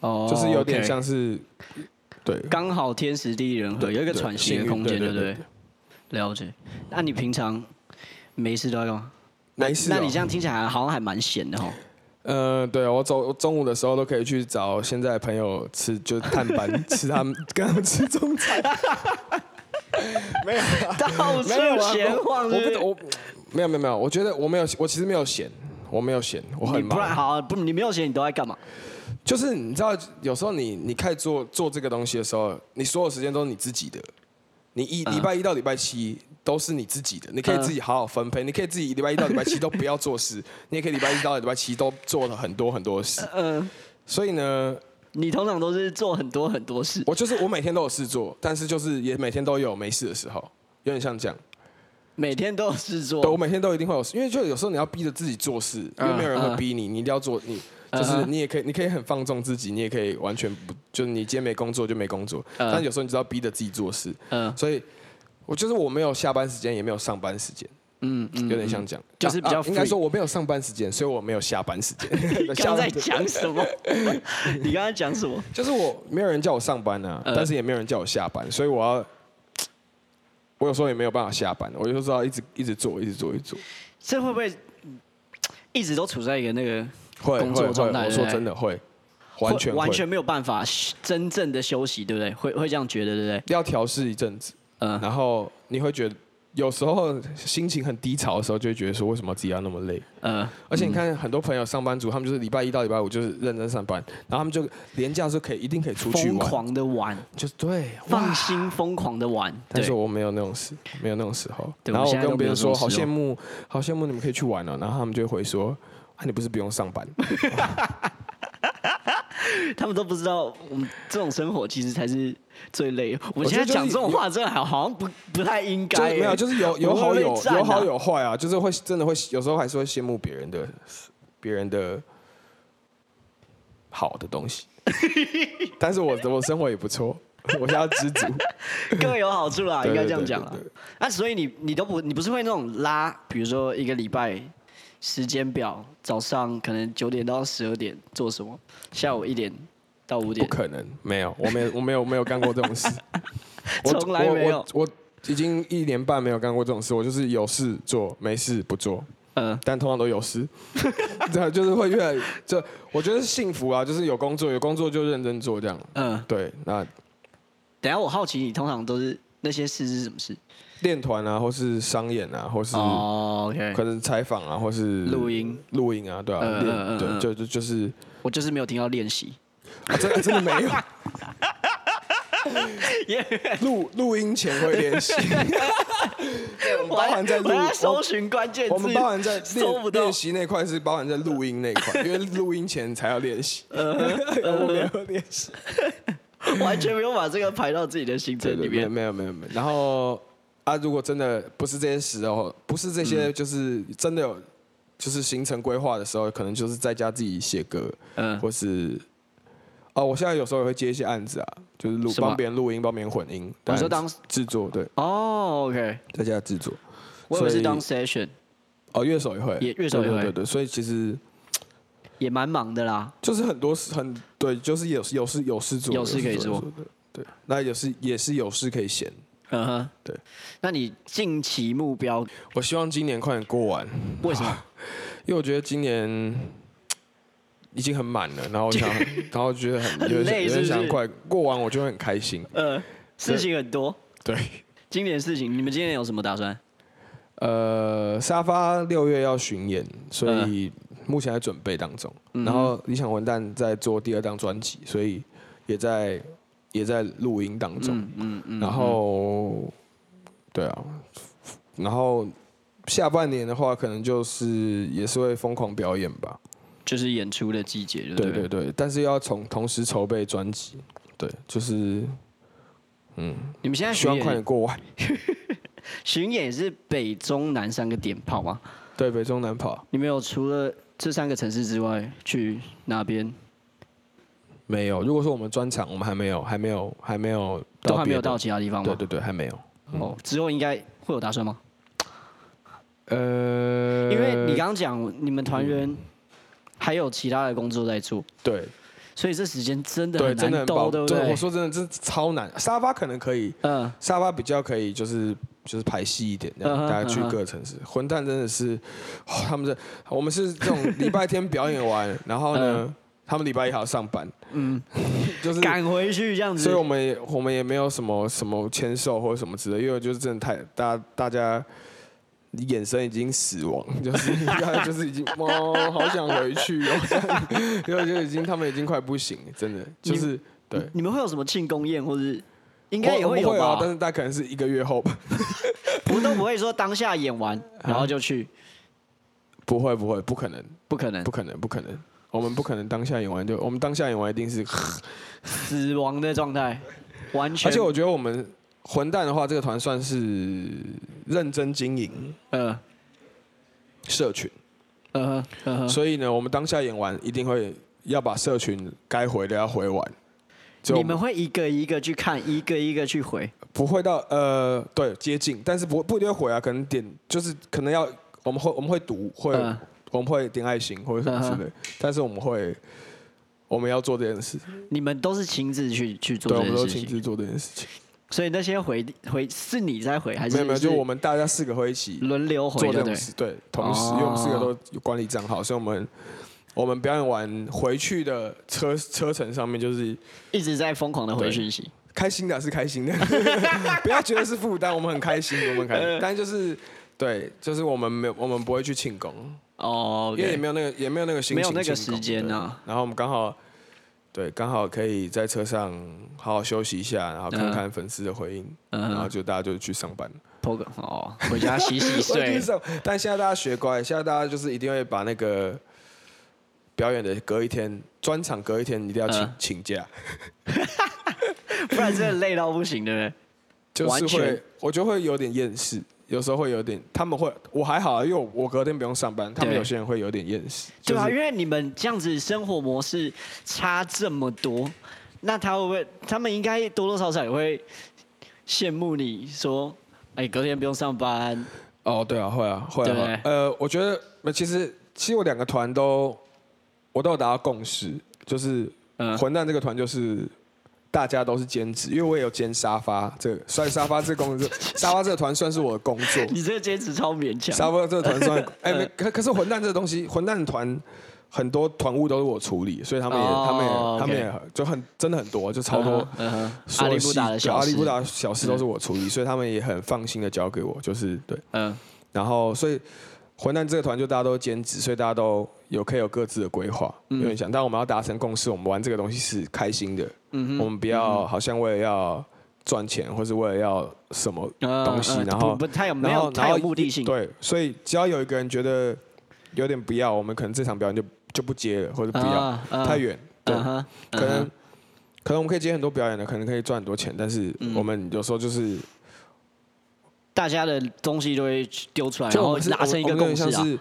Speaker 1: 哦，
Speaker 2: 就是有点
Speaker 1: OK
Speaker 2: 像是，对，
Speaker 1: 刚好天时地利人和，
Speaker 2: 对
Speaker 1: 有一个
Speaker 2: 对
Speaker 1: 喘息
Speaker 2: 幸
Speaker 1: 的
Speaker 2: 运
Speaker 1: 空间，对
Speaker 2: 对对
Speaker 1: 不
Speaker 2: 对
Speaker 1: 对？了解。那你平常没事都在干嘛？
Speaker 2: 没事哦。
Speaker 1: 那你这样听起来好像还蛮闲
Speaker 2: *laughs*
Speaker 1: 的哦。
Speaker 2: 呃，对我走我中午的时候都可以去找现在的朋友吃，就是探
Speaker 1: *laughs*
Speaker 2: 班吃他们跟他们吃中餐。没有啊，
Speaker 1: 到处
Speaker 2: 没有啊
Speaker 1: 闲
Speaker 2: 我
Speaker 1: 晃，
Speaker 2: 我
Speaker 1: 是
Speaker 2: 不我没有没有没有，我觉得我没有，我其实没有闲，我没有闲，
Speaker 1: 不
Speaker 2: 我
Speaker 1: 是
Speaker 2: 很
Speaker 1: 你不然
Speaker 2: 忙。
Speaker 1: 好啊不，你没有闲，你都在干嘛？
Speaker 2: 就是你知道，有时候你你开始做做这个东西的时候，你所有时间都是你自己的。你一礼拜一到礼拜七都是你自己的，你可以
Speaker 1: 嗯
Speaker 2: 自己好好分配，你可以自己礼拜一到礼拜七都不要做事， *laughs* 你也可以礼拜一到礼拜七都做了很多很多事。
Speaker 1: 嗯，
Speaker 2: 所以呢，
Speaker 1: 你通常都是做很多很多事。
Speaker 2: 我就是我每天都有事做，但是就是也每天都有没事的时候，有点像这样。
Speaker 1: 每天都有事
Speaker 2: 对，我
Speaker 1: 做。
Speaker 2: 每天都一定会有事，因为就有时候你要逼着自己做事，因
Speaker 1: 嗯
Speaker 2: 为没有人会逼你，你一定要做你。就是你也可以，你可以很放纵自己，你也可以完全不，就是你今天没工作就没工作。但有时候你知道逼着自己做事，
Speaker 1: 嗯
Speaker 2: 所以我就是我没有下班时间，也没有上班时间，
Speaker 1: 嗯嗯，
Speaker 2: 有点像这样，啊
Speaker 1: 就是比较
Speaker 2: 应该
Speaker 1: free
Speaker 2: 说我没有上班时间，所以我没有下班时
Speaker 1: *laughs*
Speaker 2: 间。
Speaker 1: 你
Speaker 2: 下
Speaker 1: 刚
Speaker 2: 班
Speaker 1: 才讲什么？ *laughs* 你刚才讲什么？
Speaker 2: 就是我没有人叫我上班啊，
Speaker 1: 嗯
Speaker 2: 但是也没有人叫我下班，所以我要，我有时候也没有办法下班，我就知道一直一直做，一直做，一直做。
Speaker 1: 这会不会嗯一直都处在一个那个
Speaker 2: 会
Speaker 1: 工作
Speaker 2: 会
Speaker 1: 状态
Speaker 2: 会，
Speaker 1: 对
Speaker 2: 我
Speaker 1: 不
Speaker 2: 说
Speaker 1: 对
Speaker 2: 真的会，完全
Speaker 1: 完
Speaker 2: 会
Speaker 1: 全没有办法真正的休息，对不对？会会这样觉得，对不对？
Speaker 2: 要调试一阵子，
Speaker 1: 嗯
Speaker 2: 然后你会觉得有时候心情很低潮的时候，就会觉得说为什么自己要那么累？
Speaker 1: 呃，
Speaker 2: 而且你看很多朋友上班族，他们就是礼拜一到礼拜五就是认真上班，然后他们就连假的时候可以一定可以出去
Speaker 1: 疯
Speaker 2: 玩，
Speaker 1: 狂的玩，
Speaker 2: 就是对，
Speaker 1: 放心疯狂的玩，
Speaker 2: 但是
Speaker 1: 对，
Speaker 2: 我没有那种时，没有那种时候。
Speaker 1: 对
Speaker 2: 然
Speaker 1: 我
Speaker 2: 后我
Speaker 1: 现在都
Speaker 2: 跟别
Speaker 1: 没
Speaker 2: 人说，
Speaker 1: 有那
Speaker 2: 好
Speaker 1: 种时候
Speaker 2: 羡慕，好羡慕你们可以去玩哦。然后他们就会回说，啊，你不是不用
Speaker 1: *laughs*
Speaker 2: 上班？
Speaker 1: 他们都不知道我们这种生活其实才是最累的。我
Speaker 2: 我
Speaker 1: 现
Speaker 2: 觉
Speaker 1: 在
Speaker 2: 得就是
Speaker 1: 讲这种话，真的好好像不不太应
Speaker 2: 就是
Speaker 1: 该耶。欸
Speaker 2: 没有，就是有有
Speaker 1: 我会
Speaker 2: 好
Speaker 1: 被
Speaker 2: 有
Speaker 1: 赞啊
Speaker 2: 有好有坏啊，就是会真的会有时候还是会羡慕别人的别人的好的东
Speaker 1: *laughs*
Speaker 2: 西。但是我我生活也不错，我现在知
Speaker 1: *laughs*
Speaker 2: 足。 *laughs*
Speaker 1: 各有好处啦，
Speaker 2: 对
Speaker 1: 应
Speaker 2: 对
Speaker 1: 该这样讲啦
Speaker 2: 对对对。
Speaker 1: 那所以你你都不你不是会那种拉，比如说一个礼拜时间表，早上可能九点到十二点做什么，下午一点到五
Speaker 2: 不
Speaker 1: 点，。
Speaker 2: 可能，没有，我没有，我没有，没有干过这种事
Speaker 1: *laughs* 从来没有
Speaker 2: 我我我我已经一年半没有干过这种事，我就是有事做，没事不做。
Speaker 1: 嗯
Speaker 2: 但通常都有事， *laughs* 对，就是会越来越就我觉得是幸福啊，就是有工作，有工作就认真做这样。
Speaker 1: 嗯。
Speaker 2: 对，那
Speaker 1: 等一下我好奇你通常都是那些事是什么事？
Speaker 2: 练团啊，或是商演啊，或是
Speaker 1: 哦，OK，
Speaker 2: 可能采访啊，或是
Speaker 1: 录音，
Speaker 2: 录音啊，对啊，
Speaker 1: 嗯嗯嗯
Speaker 2: 练
Speaker 1: 嗯
Speaker 2: 对，就就就是
Speaker 1: 我就是没有听到练习，
Speaker 2: 啊真的真的没有
Speaker 1: 耶
Speaker 2: 录录音前会练 *laughs* 习，对，我们
Speaker 1: 我
Speaker 2: 包
Speaker 1: 还
Speaker 2: 含在
Speaker 1: 我
Speaker 2: 录
Speaker 1: 还要
Speaker 2: 我
Speaker 1: 搜寻关键字，
Speaker 2: 我们包含在
Speaker 1: 搜不
Speaker 2: 练
Speaker 1: 到
Speaker 2: 练习那块是包含在录音那块，因为录音前才要练习，我没有练习，
Speaker 1: 呃 *laughs* 完全没有把这个排到自己的行程里
Speaker 2: 没有
Speaker 1: 面。
Speaker 2: 没有没有没有。然后啊，如果真的不是这些时候，不是这
Speaker 1: 嗯
Speaker 2: 些，就是真的有就是行程规划的时候，可能就是在家自己写歌，
Speaker 1: 嗯
Speaker 2: 或是哦，我现在有时候也会接一些案子啊，就是录
Speaker 1: 什么哦
Speaker 2: 帮别人录音，帮别人混音，
Speaker 1: 你说
Speaker 2: 当然
Speaker 1: 当
Speaker 2: 制作对，
Speaker 1: 哦，OK，
Speaker 2: 在家制作。
Speaker 1: 我以为
Speaker 2: 所
Speaker 1: 是
Speaker 2: 以
Speaker 1: 当 session，
Speaker 2: 哦，乐手也会，
Speaker 1: 也乐手也
Speaker 2: 对
Speaker 1: 会
Speaker 2: 对对对，所以其实。
Speaker 1: 也蛮忙的啦。
Speaker 2: 就是很多事很对，就是有有事有事做，
Speaker 1: 有事可以做
Speaker 2: 有事的。对，那也是也是有事可以闲。
Speaker 1: 嗯哼，
Speaker 2: 对。
Speaker 1: 那你近期目标
Speaker 2: 我希望今年快点过完，
Speaker 1: 为什
Speaker 2: *laughs*
Speaker 1: 么？
Speaker 2: 因为我觉得今年嘖已经很满了，然后我
Speaker 1: *laughs*
Speaker 2: 想，然后觉得很
Speaker 1: 很
Speaker 2: 有
Speaker 1: 累
Speaker 2: 点有
Speaker 1: 是不
Speaker 2: 点
Speaker 1: 是
Speaker 2: 想快过完，我就会很开心。
Speaker 1: 呃，事情很多。
Speaker 2: 对，
Speaker 1: 今年事情，你们今年有什么打算？
Speaker 2: 呃，沙发六月要巡演，所以目前在准备当中。
Speaker 1: 嗯
Speaker 2: 然后理想混蛋在做第二张专辑，所以也在也在录音当中。
Speaker 1: 嗯嗯嗯
Speaker 2: 然后，对啊，然后下半年的话，可能就是也是会疯狂表演吧。
Speaker 1: 就是演出的季节，
Speaker 2: 对
Speaker 1: 对
Speaker 2: 对
Speaker 1: 对，
Speaker 2: 对，但是要从同时筹备专辑，对，就是
Speaker 1: 你们现在
Speaker 2: 希
Speaker 1: 巡
Speaker 2: 望快
Speaker 1: 演
Speaker 2: 点过完。
Speaker 1: 巡演是北中南三个点跑吗？
Speaker 2: 对，北中南跑
Speaker 1: 你们有除了这三个城市之外去哪边？
Speaker 2: 没有。如果说我们专场，我们还没有，还没有，还没有
Speaker 1: 都还没
Speaker 2: 别
Speaker 1: 有
Speaker 2: 的
Speaker 1: 到。其他地方吗？
Speaker 2: 对对对，还没有。
Speaker 1: 哦，之后应该会有打算吗？
Speaker 2: 呃，
Speaker 1: 因为你刚刚讲你们团员还有其他的工作在做，
Speaker 2: 对
Speaker 1: 所以这时间真的
Speaker 2: 对，
Speaker 1: 很
Speaker 2: 真
Speaker 1: 难
Speaker 2: 的很
Speaker 1: 兜，
Speaker 2: 爆。
Speaker 1: 对不
Speaker 2: 对，
Speaker 1: 对
Speaker 2: 我？说真的，这超难。沙发可能可以，
Speaker 1: 嗯，
Speaker 2: 沙发比较可以，就是就是排戏一点，这
Speaker 1: 嗯
Speaker 2: 样
Speaker 1: 哼
Speaker 2: 大家去
Speaker 1: 嗯哼
Speaker 2: 各个城市。混蛋真的是，哦他们这我们是这种礼拜天表演完，然后
Speaker 1: 嗯
Speaker 2: 呢，他们礼拜一还要上班，嗯， *laughs* 就是。
Speaker 1: 赶回去这样子
Speaker 2: 所以，我们也我们也没有什么什么签售或者什么之类，因为就是真的太大大家眼神已经死亡，就是 *laughs* 大家就是已经哇，好想回去哦，这样因为就已经他们已经快不行，真的就是对。
Speaker 1: 你们会有什么庆功宴，或是应该也
Speaker 2: 我
Speaker 1: 会
Speaker 2: 我们
Speaker 1: 有
Speaker 2: 会啊
Speaker 1: 吧，？
Speaker 2: 但是大家可能是一个月后吧。
Speaker 1: 我们都不会说当下演完然后就去，
Speaker 2: 不会不会，不可能，
Speaker 1: 不可能
Speaker 2: 不，可能，不可能，我们不可能当下演完就，我们当下演完一定是，
Speaker 1: 死亡的状态，完全。
Speaker 2: 而且我觉得我们混蛋的话，这个团算是认真经营
Speaker 1: 呃
Speaker 2: 社群，
Speaker 1: 呃呃，
Speaker 2: 所以呢，我们当下演完一定会要把社群该回的要回完，就
Speaker 1: 你们会一个一个去看，一个一个去回，
Speaker 2: 不会到呃对接近，但是不不一定会回啊，可能点就是可能要我们会我们会读会、
Speaker 1: 嗯
Speaker 2: 我们会点爱心或者什么之类但是我们会我们要做这件事，
Speaker 1: 你们都是亲自去去做
Speaker 2: 对，我
Speaker 1: 这
Speaker 2: 们
Speaker 1: 件
Speaker 2: 都
Speaker 1: 事
Speaker 2: 亲
Speaker 1: 情，
Speaker 2: 自做这件事情。
Speaker 1: 所以那些回回是你在回还是
Speaker 2: 没有没有，
Speaker 1: 是
Speaker 2: 就我们大家四个会一起
Speaker 1: 轮流回对不
Speaker 2: 做这
Speaker 1: 哦
Speaker 2: 种
Speaker 1: 对？
Speaker 2: 事，对，同时，因为我们四个都有管理账号，所以我们我们表演完回去的车车程上面就是
Speaker 1: 一直在疯狂的回
Speaker 2: 对
Speaker 1: 讯息，
Speaker 2: 开心的，是开心的， *laughs* 不要觉得是负担，我们很开心，我们很开
Speaker 1: 呃
Speaker 2: 心，但就是对，就是我们没有，我们不会去庆功，
Speaker 1: 哦
Speaker 2: 因为也
Speaker 1: ，OK，
Speaker 2: 没有那个也没有那个心情，
Speaker 1: 没有那个时间啊
Speaker 2: 啊。然后我们刚好。对，刚好可以在车上好好休息一下，然后看看粉丝的回应，
Speaker 1: 嗯
Speaker 2: 然后就大家就去上班。
Speaker 1: p o k 哦，回家洗洗
Speaker 2: *laughs* 我已
Speaker 1: 睡
Speaker 2: 经，上，但现在大家学乖，现在大家就是一定会把那个表演的隔一天，专场隔一天一定要请、
Speaker 1: 嗯
Speaker 2: 请假，
Speaker 1: 不然真的累到不行，对不对？
Speaker 2: 就
Speaker 1: 完
Speaker 2: 是
Speaker 1: 全
Speaker 2: 会，我就会有点厌世，有时候会有点，他们会，我还好啊，因为我我隔天不用上班，他们
Speaker 1: 对
Speaker 2: 有些人会有点厌世，
Speaker 1: 对
Speaker 2: 就
Speaker 1: 啊，
Speaker 2: 是
Speaker 1: 因为你们这样子生活模式差这么多，那他会不会？他们应该多多少少也会羡慕你说，哎、隔天不用上班， *laughs*
Speaker 2: 哦，对啊，会啊，会啊，
Speaker 1: 对
Speaker 2: 会啊呃，我觉得呃其实其实我两个团都我都有达到共识，就是
Speaker 1: 嗯
Speaker 2: 混蛋这个团就是。大家都是兼职，因为我也有兼沙发这个，算沙发这
Speaker 1: *laughs*
Speaker 2: 个工作，沙发这个团算是我的工作。
Speaker 1: 你这个坚持超勉
Speaker 2: 沙
Speaker 1: 强。
Speaker 2: 发这个团
Speaker 1: *laughs*
Speaker 2: 算，哎、没可可是混蛋这个东西，混蛋团很多团务都是我处理，所以他们也、
Speaker 1: 哦
Speaker 2: 他们也
Speaker 1: OK
Speaker 2: 他们也就很真的很多，就超多
Speaker 1: 嗯。哼嗯哼，
Speaker 2: 所
Speaker 1: 阿
Speaker 2: 有
Speaker 1: 里不达的
Speaker 2: 细对
Speaker 1: 小
Speaker 2: 阿
Speaker 1: 事
Speaker 2: 利布，达的小事都是我处理，所以他们也很放心的交给我，就是对。
Speaker 1: 嗯，
Speaker 2: 然后所以混蛋这个团就大家都兼职，所以大家都有可以有各自的规划，
Speaker 1: 嗯
Speaker 2: 有点像。但我们要达成共识，我们玩这个东西是开心的，
Speaker 1: 嗯
Speaker 2: 我们不要好像为了要赚钱，或是为了要什么
Speaker 1: 呃
Speaker 2: 东西，
Speaker 1: 呃
Speaker 2: 然后
Speaker 1: 不不太有没
Speaker 2: 然
Speaker 1: 有
Speaker 2: 后
Speaker 1: 太有目的性，
Speaker 2: 对，所以只要有一个人觉得有点不要，我们可能这场表演就就不接了，或者不要、
Speaker 1: 啊啊
Speaker 2: 太远。对，
Speaker 1: 嗯哼，
Speaker 2: 可能、可能我们可以接很多表演的，可能可以赚很多钱，但是
Speaker 1: 嗯
Speaker 2: 我们有时候就是，
Speaker 1: 大家的东西都会丢出来，
Speaker 2: 就
Speaker 1: 哎然
Speaker 2: 我
Speaker 1: 后
Speaker 2: 们是
Speaker 1: 达成一
Speaker 2: 我
Speaker 1: 个
Speaker 2: 们有
Speaker 1: 共
Speaker 2: 点
Speaker 1: 识啊
Speaker 2: 像。是，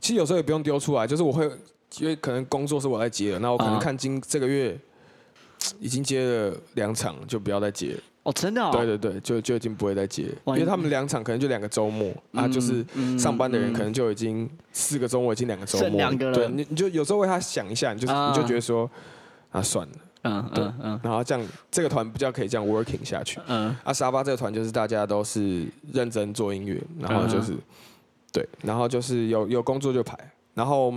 Speaker 2: 其实有时候也不用丢出来，就是我会因为可能工作是我在接的，那我可能
Speaker 1: 啊
Speaker 2: 看今这个月。已经接了两场，就不要再接了。
Speaker 1: 哦，真的哦，
Speaker 2: 对对对，就就已经不会再接了，因
Speaker 1: 哇
Speaker 2: 为
Speaker 1: 你
Speaker 2: 他们两场可能就两个周末
Speaker 1: 嗯
Speaker 2: 啊，就是上班的人可能就已经四个周末，已经两个周
Speaker 1: 剩
Speaker 2: 末
Speaker 1: 两个了
Speaker 2: 对，你你就有时候为他想一下，你就
Speaker 1: 啊
Speaker 2: 你就觉得说啊算了，
Speaker 1: 嗯嗯嗯
Speaker 2: 然后这样这个团比较可以这样 working 下去。
Speaker 1: 嗯，
Speaker 2: 啊，沙巴这个团就是大家都是认真做音乐，然后就是
Speaker 1: 嗯
Speaker 2: 对，然后就是有有工作就排，然后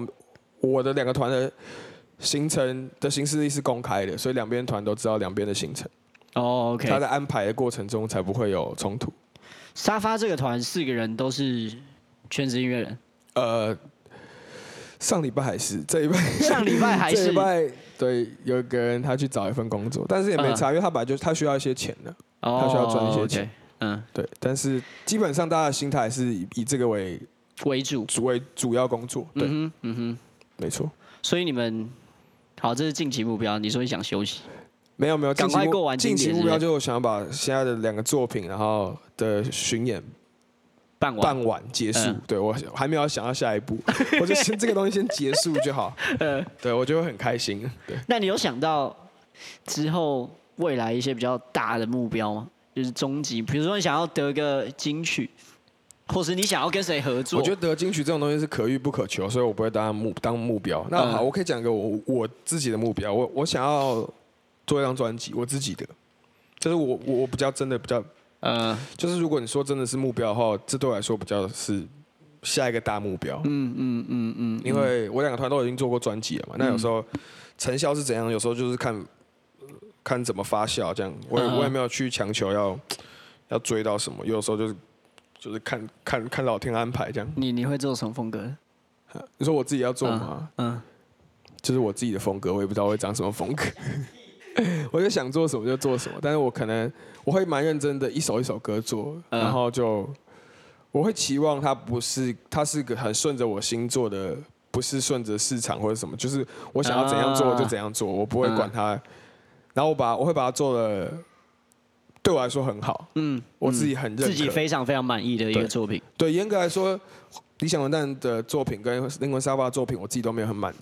Speaker 2: 我的两个团的行程的行事历是公开的，所以两边团都知道两边的行程，
Speaker 1: 哦
Speaker 2: 他
Speaker 1: ，OK，
Speaker 2: 在安排的过程中才不会有冲突。
Speaker 1: 沙发这个团四个人都是全职音乐
Speaker 2: *laughs*
Speaker 1: 人，
Speaker 2: 呃，上礼拜还是这一拜，
Speaker 1: 上礼拜还
Speaker 2: 这
Speaker 1: 是
Speaker 2: 一拜对，有
Speaker 1: 嗯
Speaker 2: 一个人他去找一份工作，但是也没差，因为他本来就他需要一些钱的，
Speaker 1: 哦
Speaker 2: 他需要赚一些钱
Speaker 1: OK，嗯，
Speaker 2: 对，但是基本上大家的心态是以以这个为
Speaker 1: 为主。
Speaker 2: 主为主要工作，
Speaker 1: 嗯
Speaker 2: 对，
Speaker 1: 哼，嗯哼。
Speaker 2: 没错，
Speaker 1: 所以你们好，这是近期目标。你说你想休息，
Speaker 2: 没有没有，
Speaker 1: 赶
Speaker 2: 近
Speaker 1: 快
Speaker 2: 期目
Speaker 1: 过完
Speaker 2: 近
Speaker 1: 今
Speaker 2: 期
Speaker 1: 年
Speaker 2: 目
Speaker 1: 是不
Speaker 2: 标
Speaker 1: 是
Speaker 2: 就是想要把现在的两个作品，然后的巡演
Speaker 1: 办完，
Speaker 2: 办完结束
Speaker 1: 嗯，
Speaker 2: 对我还没有想到下一
Speaker 1: *laughs*
Speaker 2: 步，我就先这个东西先结束就好，
Speaker 1: 嗯
Speaker 2: 对我就会很开心，对。
Speaker 1: 那你有想到之后未来一些比较大的目标吗？就是终极，比如说你想要得个金曲，或是你想要跟谁合作？
Speaker 2: 我觉得得金曲这种东西是可遇不可求，所以我不会当目当目标。那
Speaker 1: 嗯
Speaker 2: 好，我可以讲一个我我自己的目标，我我想要做一张专辑，我自己的，就是我我我比较真的比较，
Speaker 1: 呃，
Speaker 2: 就是如果你说真的是目标的话，这对我来说比较是下一个大目标。
Speaker 1: 嗯嗯嗯嗯，
Speaker 2: 因为我两个团都已经做过专辑了嘛，那有时候成效是怎样，有时候就是看看怎么发酵这样。我也
Speaker 1: 嗯
Speaker 2: 我也没有去强求要要追到什么，有时候就是就是看看看老天安排这样。
Speaker 1: 你你会做什么风格的？
Speaker 2: 你说我自己要做吗？
Speaker 1: 嗯，
Speaker 2: 就是我自己的风格，我也不知道会长什么风格。 *laughs* 我就想做什么就做什么，但是我可能我会蛮认真的一首一首歌做，
Speaker 1: 嗯
Speaker 2: 然后就我会期望它不是它是个很顺着我心做的，不是顺着市场或者什么，就是我想要怎样做
Speaker 1: 啊嗯
Speaker 2: 我就怎样做，我不会管它。然后我把我会把它做的对我来说很好，
Speaker 1: 嗯，
Speaker 2: 我自己很认可，
Speaker 1: 自己非常非常满意的一个
Speaker 2: 对
Speaker 1: 作品。
Speaker 2: 对，严格来说，理想混蛋的作品跟灵魂沙发的作品，我自己都没有很满意。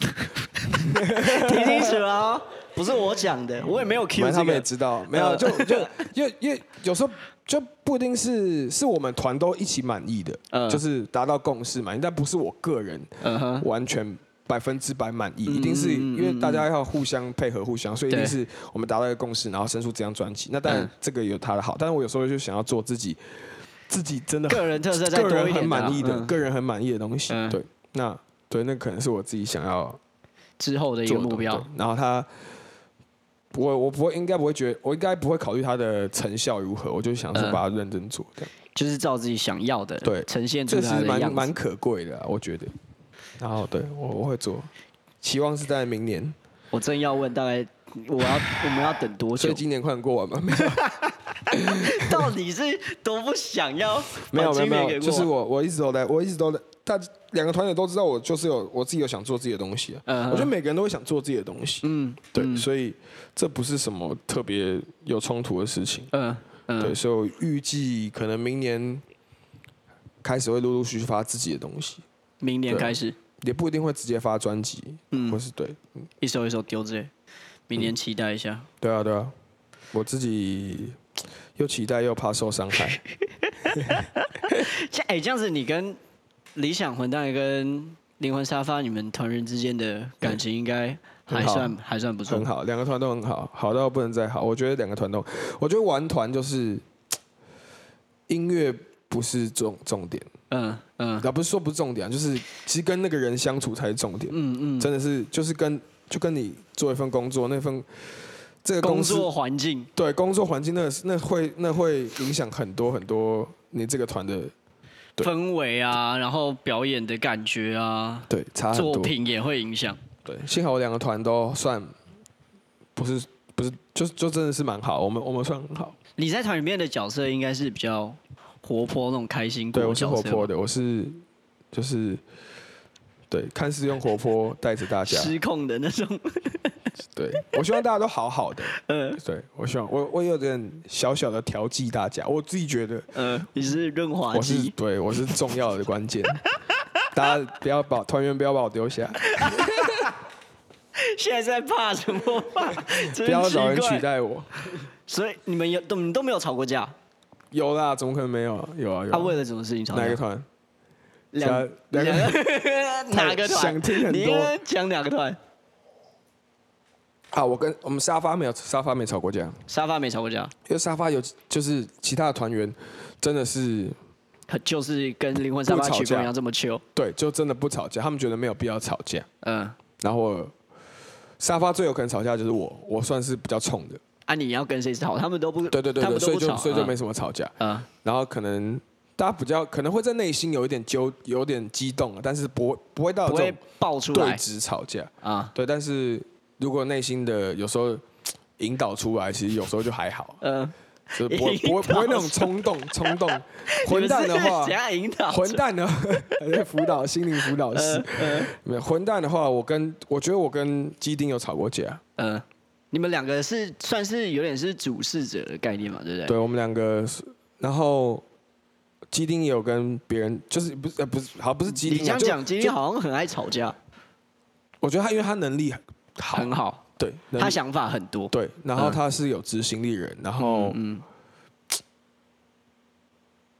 Speaker 1: 听清楚了哦， *laughs* 嗯不是我讲的，我也没有 Q
Speaker 2: 反正他
Speaker 1: 这
Speaker 2: 们也
Speaker 1: 个。
Speaker 2: 知道，没有呃
Speaker 1: *laughs*
Speaker 2: 就就因为因为有时候就不一定是是我们团都一起满意的，
Speaker 1: 嗯
Speaker 2: 就是达到共识满意，但不是我个人
Speaker 1: 嗯哼，
Speaker 2: 完全百分之百满意，
Speaker 1: 嗯
Speaker 2: 一定是因为大家要互相配合、互相，所以一定
Speaker 1: 对
Speaker 2: 是我们达到一个共识，然后生出这张专辑。那当
Speaker 1: 嗯
Speaker 2: 然这个有它的好，但是我有时候就想要做自己自己真的
Speaker 1: *laughs* 个人特色再
Speaker 2: *laughs* 个
Speaker 1: 多一
Speaker 2: 人
Speaker 1: 点
Speaker 2: 很
Speaker 1: 啊
Speaker 2: 满意的、
Speaker 1: 嗯
Speaker 2: 个人很满意的东西。
Speaker 1: 嗯
Speaker 2: 对，那对那可能是我自己想要
Speaker 1: 之后的一个
Speaker 2: 做的
Speaker 1: 目标
Speaker 2: 对。然后他，不会，我不会，应该不会觉得，我应该不会考虑他的成效如何，我就想说
Speaker 1: 嗯
Speaker 2: 把它认真做，这样，
Speaker 1: 就是照自己想要的，
Speaker 2: 对
Speaker 1: 呈现出
Speaker 2: 这其
Speaker 1: 它
Speaker 2: 实
Speaker 1: 的
Speaker 2: 蛮
Speaker 1: 样
Speaker 2: 蛮
Speaker 1: 子。
Speaker 2: 可贵的啊、我觉得。然后对我我会做，期望是在明年，
Speaker 1: 我正要问，大概我要 *laughs* 我们要等多久
Speaker 2: 所以？今年快点过完吧。没有
Speaker 1: *laughs* 到底是多不想要
Speaker 2: *laughs* 没有
Speaker 1: 把
Speaker 2: 没有
Speaker 1: 今年
Speaker 2: 没有，
Speaker 1: 给
Speaker 2: 就是
Speaker 1: 过
Speaker 2: 我我一直都在，我一直都在，大两个团友都知道我就是有我自己有想做自己的东西、啊，
Speaker 1: 嗯哼
Speaker 2: 我觉得每个人都会想做自己的东西，
Speaker 1: 嗯
Speaker 2: 对，所以这不是什么特别有冲突的事情。
Speaker 1: 嗯嗯
Speaker 2: 对，所以我预计可能明年开始会陆陆续续发自己的东西，
Speaker 1: 明年
Speaker 2: 对
Speaker 1: 开始
Speaker 2: 也不一定会直接发专辑，
Speaker 1: 嗯
Speaker 2: 或是对，
Speaker 1: 一首一首丢之类，明年期待一下。
Speaker 2: 对啊，对啊，我自己又期待又怕受伤害，嗯
Speaker 1: 这哎、这样子你跟理想混蛋跟灵魂沙发你们团员之间的感情应该还
Speaker 2: 很好
Speaker 1: 算还算不错
Speaker 2: 很。好，两个团都很好，好到不能再好。我觉得两个团都，我觉得玩团就是音乐不是重重点，
Speaker 1: 嗯嗯
Speaker 2: 啊，不是说不是重点啊，就是其实跟那个人相处才是重点，
Speaker 1: 嗯嗯，
Speaker 2: 真的是就是跟就跟你做一份工作那份。这个
Speaker 1: 工
Speaker 2: 公司
Speaker 1: 作环境
Speaker 2: 对工作环境那个是那会那会影响很多很多你这个团的对
Speaker 1: 氛围啊，然后表演的感觉啊，
Speaker 2: 对差很
Speaker 1: 作
Speaker 2: 多。
Speaker 1: 品也会影响。
Speaker 2: 对，幸好我两个团都算不是不是就就真的是蛮好，我们我们算很好。
Speaker 1: 你在团里面的角色应该是比较活泼那种开心果
Speaker 2: 对，我
Speaker 1: 的
Speaker 2: 是
Speaker 1: 角
Speaker 2: 活
Speaker 1: 色吧，
Speaker 2: 泼的，我是就是对，看似用活泼带着大家。
Speaker 1: 失控的那种。
Speaker 2: 对，我希望大家都好
Speaker 1: *laughs*
Speaker 2: 好的。
Speaker 1: 呃
Speaker 2: 对，我希望我我有点小小的调剂大家，我自己觉得
Speaker 1: 呃，你是润滑
Speaker 2: 嗯我是
Speaker 1: 剂，
Speaker 2: 对我是重要的
Speaker 1: *laughs*
Speaker 2: 关键。大家不要把团员不要把我丢下。
Speaker 1: 现在在怕什么
Speaker 2: *laughs*
Speaker 1: 怕？真
Speaker 2: 不要找人
Speaker 1: 奇
Speaker 2: 取
Speaker 1: 怪。
Speaker 2: 代我。
Speaker 1: 所以你们有都你们都没有吵过架？
Speaker 2: 有啦，怎么可能没有啊？有啊有
Speaker 1: 他
Speaker 2: 啊。
Speaker 1: 为了什么事情吵
Speaker 2: 哪
Speaker 1: 架
Speaker 2: 一个？团？
Speaker 1: 两
Speaker 2: 哪
Speaker 1: 两个哪
Speaker 2: 哪 *laughs* 个
Speaker 1: 个团？
Speaker 2: 想听很多
Speaker 1: 你应该讲哪个团？
Speaker 2: 啊？我跟我们沙发没有沙发没吵过架，因
Speaker 1: 沙发没吵过架，
Speaker 2: 为沙发有就是其他的团员真的是
Speaker 1: 就是跟灵魂沙发
Speaker 2: 不吵
Speaker 1: 曲风
Speaker 2: 架
Speaker 1: 一样这么 chill。
Speaker 2: 对，就真的不吵架，他们觉得没有必要吵架。
Speaker 1: 嗯，
Speaker 2: 然后我沙发最有可能吵架就是我，我算是比较冲的，
Speaker 1: 啊，你要跟谁吵？他们都不，
Speaker 2: 对对对
Speaker 1: 他
Speaker 2: 对，
Speaker 1: 们都
Speaker 2: 所
Speaker 1: 不
Speaker 2: 以就
Speaker 1: 吵，
Speaker 2: 所以就
Speaker 1: 嗯
Speaker 2: 没什么吵架。
Speaker 1: 嗯
Speaker 2: 然后可能大家比较可能会在内心有一点揪，有点激动啊，但是不会不会到
Speaker 1: 不
Speaker 2: 这
Speaker 1: 会
Speaker 2: 种
Speaker 1: 爆出
Speaker 2: 对
Speaker 1: 来
Speaker 2: 峙吵架。
Speaker 1: 啊。
Speaker 2: 对，但是如果内心的有时候引导出来，其实有时候就还好。
Speaker 1: 嗯，
Speaker 2: 就是不会
Speaker 1: 引导
Speaker 2: 不会不会那种冲动冲动，混蛋的
Speaker 1: 你们
Speaker 2: 话
Speaker 1: 是，假引导者
Speaker 2: 混蛋的还在辅
Speaker 1: *laughs*
Speaker 2: 导心灵辅导师，
Speaker 1: 嗯
Speaker 2: 没有混蛋的话，我跟我觉得我跟基丁有吵过架，
Speaker 1: 嗯，你们两个是算是有点是主事者的概念嘛，对不对？
Speaker 2: 对我们两个是，然后基丁也有跟别人，就是不是呃不是好不是基
Speaker 1: 你
Speaker 2: 丁、啊，
Speaker 1: 这样
Speaker 2: 就
Speaker 1: 讲，今
Speaker 2: 就
Speaker 1: 天好像很爱吵架，
Speaker 2: 我觉得他因为他能力好，
Speaker 1: 很好，
Speaker 2: 对，能力
Speaker 1: 他想法很多。
Speaker 2: 对，哦然后
Speaker 1: 嗯
Speaker 2: 他是有执行力人，然后
Speaker 1: 嗯，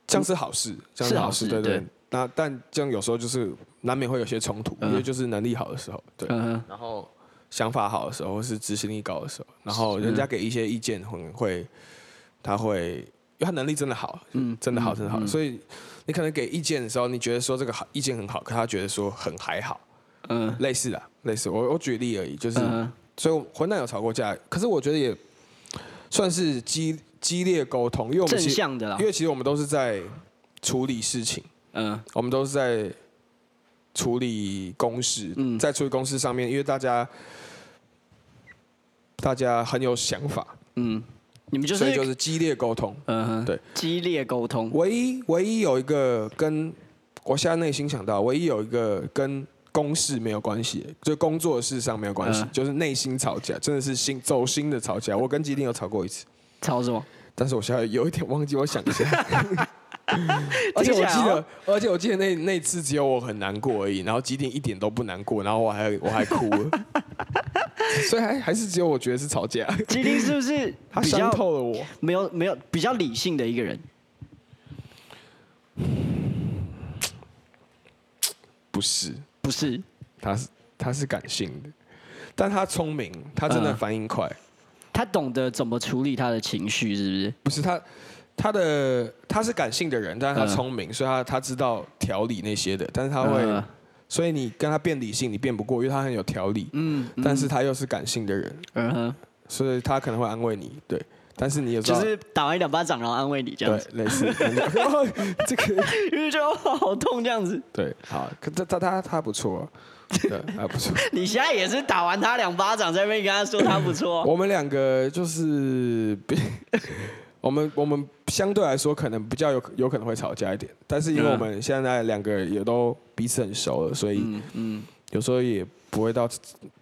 Speaker 2: 这样是好事，这样
Speaker 1: 是好
Speaker 2: 好事，
Speaker 1: 事
Speaker 2: 对对
Speaker 1: 对。
Speaker 2: 那但这样有时候就是难免会有些冲突，
Speaker 1: 嗯
Speaker 2: 因为就是能力好的时候，对，
Speaker 1: 嗯嗯，
Speaker 2: 然后想法好的时候，或是执行力高的时候，然后人家
Speaker 1: 嗯
Speaker 2: 给一些意见，很会，他会，因为他能力真的好，
Speaker 1: 嗯
Speaker 2: 嗯，真的好，
Speaker 1: 嗯
Speaker 2: 真的好，
Speaker 1: 嗯
Speaker 2: 所以你可能给意见的时候，你觉得说这个好意见很好，可他觉得说很还好，
Speaker 1: 嗯
Speaker 2: 类似的，类似，我我举例而已，就是，
Speaker 1: 嗯
Speaker 2: 所以我混蛋有吵过架，可是我觉得也算是激激烈沟通，因为我们
Speaker 1: 正
Speaker 2: 其实，
Speaker 1: 向的啦
Speaker 2: 因，为其实我们都是在处理事情。
Speaker 1: 嗯
Speaker 2: 我们都是在处理公事，
Speaker 1: 嗯
Speaker 2: 在处理公事上面，因为大家大家很有想法，
Speaker 1: 嗯，你们就
Speaker 2: 所以就是是激烈沟通。
Speaker 1: 嗯哼
Speaker 2: 对
Speaker 1: 激烈沟通，
Speaker 2: 唯一唯一有一个跟我现在内心想到，唯一有一个跟公事没有关系，就工作事上没有关系，
Speaker 1: 嗯
Speaker 2: 就是内心吵架，真的是心走心的吵架。我跟基丁有吵过一次，
Speaker 1: 吵什么？
Speaker 2: 但是我现在有一点忘记，我想
Speaker 1: *laughs*
Speaker 2: 一下。而且
Speaker 1: 听起
Speaker 2: 我
Speaker 1: 来哦
Speaker 2: 记
Speaker 1: 好
Speaker 2: 得，而且我记得那那次只有我很难过而已，然后基丁一点都不难过，然后我还我还
Speaker 1: *laughs*
Speaker 2: 哭了，所以还还是只有我觉得是吵架，
Speaker 1: 基丁是不是
Speaker 2: 他
Speaker 1: 比
Speaker 2: 伤
Speaker 1: 较
Speaker 2: 透了我。
Speaker 1: 没有没有比较理性的一个人？
Speaker 2: 不是，
Speaker 1: 不是，
Speaker 2: 他是他是感性的，但他聪明，他真的
Speaker 1: 嗯
Speaker 2: 反应快，
Speaker 1: 他懂得怎么处理他的情绪，是不是？
Speaker 2: 不是他。他的他是感性的人，但是他
Speaker 1: 嗯
Speaker 2: 聪明，所以他他知道调理那些的，但是他会，
Speaker 1: 嗯
Speaker 2: 所以你跟他变理性，你变不过，因为他很有条理，
Speaker 1: 嗯，嗯
Speaker 2: 但是他又是感性的人，
Speaker 1: 嗯哼，
Speaker 2: 所以他可能会安慰你，对，但是你也知
Speaker 1: 就
Speaker 2: 道，
Speaker 1: 是打完一两巴掌，然后安慰你这样
Speaker 2: 对
Speaker 1: 子，，
Speaker 2: 类似 *laughs* 这个
Speaker 1: 因为就哦好痛这样子。
Speaker 2: 对，好，可他他他他不错啊，对，还不错。
Speaker 1: 你现在也是打完他两巴掌，在那边跟他说他不错啊，
Speaker 2: *laughs* 我们两个就是比我们我们相对来说可能比较有有可能会吵架一点，但是因为
Speaker 1: 嗯
Speaker 2: 我们现在两个也都彼此很熟了，所以
Speaker 1: 嗯嗯，
Speaker 2: 有时候也不会到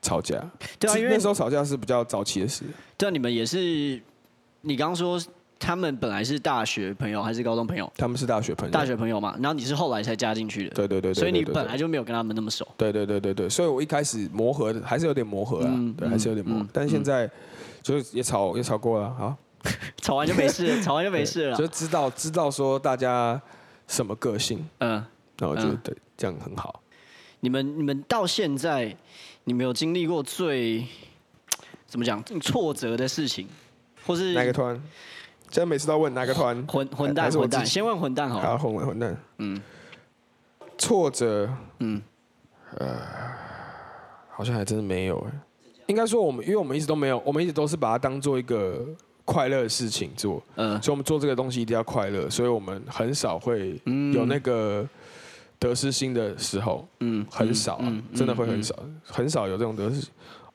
Speaker 2: 吵架。
Speaker 1: 对啊，
Speaker 2: 是
Speaker 1: 因为
Speaker 2: 那时候吵架是比较早期的事，
Speaker 1: 对啊，你们也是，你刚刚说他们本来是大学朋友还是高中朋友？
Speaker 2: 他们是大学朋友，
Speaker 1: 大学朋友嘛，然后你是后来才加进去的，
Speaker 2: 对对对对，
Speaker 1: 所以
Speaker 2: 对
Speaker 1: 你
Speaker 2: 对
Speaker 1: 本
Speaker 2: 对
Speaker 1: 来就没有跟他们那么熟。
Speaker 2: 对对对对对，所以我一开始磨合的还是有点磨合啊，
Speaker 1: 嗯
Speaker 2: 对，
Speaker 1: 嗯
Speaker 2: 还是有点磨合，
Speaker 1: 嗯
Speaker 2: 但是现在就是也吵也吵过了啊，
Speaker 1: 吵完就没事了，吵完就
Speaker 2: 对
Speaker 1: 没事了
Speaker 2: 就
Speaker 1: 啦。
Speaker 2: 知道知道说大家什么个性，
Speaker 1: 嗯，
Speaker 2: 那我觉得
Speaker 1: 嗯
Speaker 2: 对这样很好。
Speaker 1: 你们你们到现在，你们有经历过最怎么讲挫折的事情，或是
Speaker 2: 哪个团？现在每次都要问哪个团？
Speaker 1: 混混蛋
Speaker 2: 还是我
Speaker 1: 混
Speaker 2: 自
Speaker 1: 蛋？
Speaker 2: 己
Speaker 1: 先问混蛋好
Speaker 2: 好，
Speaker 1: 了。
Speaker 2: 混混混蛋。
Speaker 1: 嗯
Speaker 2: 挫折，呃
Speaker 1: 嗯
Speaker 2: 好像还真的没有哎。应该说我们，因为我们一直都没有，我们一直都是把它当做一个快乐的事情做，
Speaker 1: 呃
Speaker 2: 所以我们做这个东西一定要快乐，所以我们很少会
Speaker 1: 嗯
Speaker 2: 有那个得失心的时候。
Speaker 1: 嗯
Speaker 2: 很少、啊
Speaker 1: 嗯嗯，
Speaker 2: 真的会很少，很少有这种得失，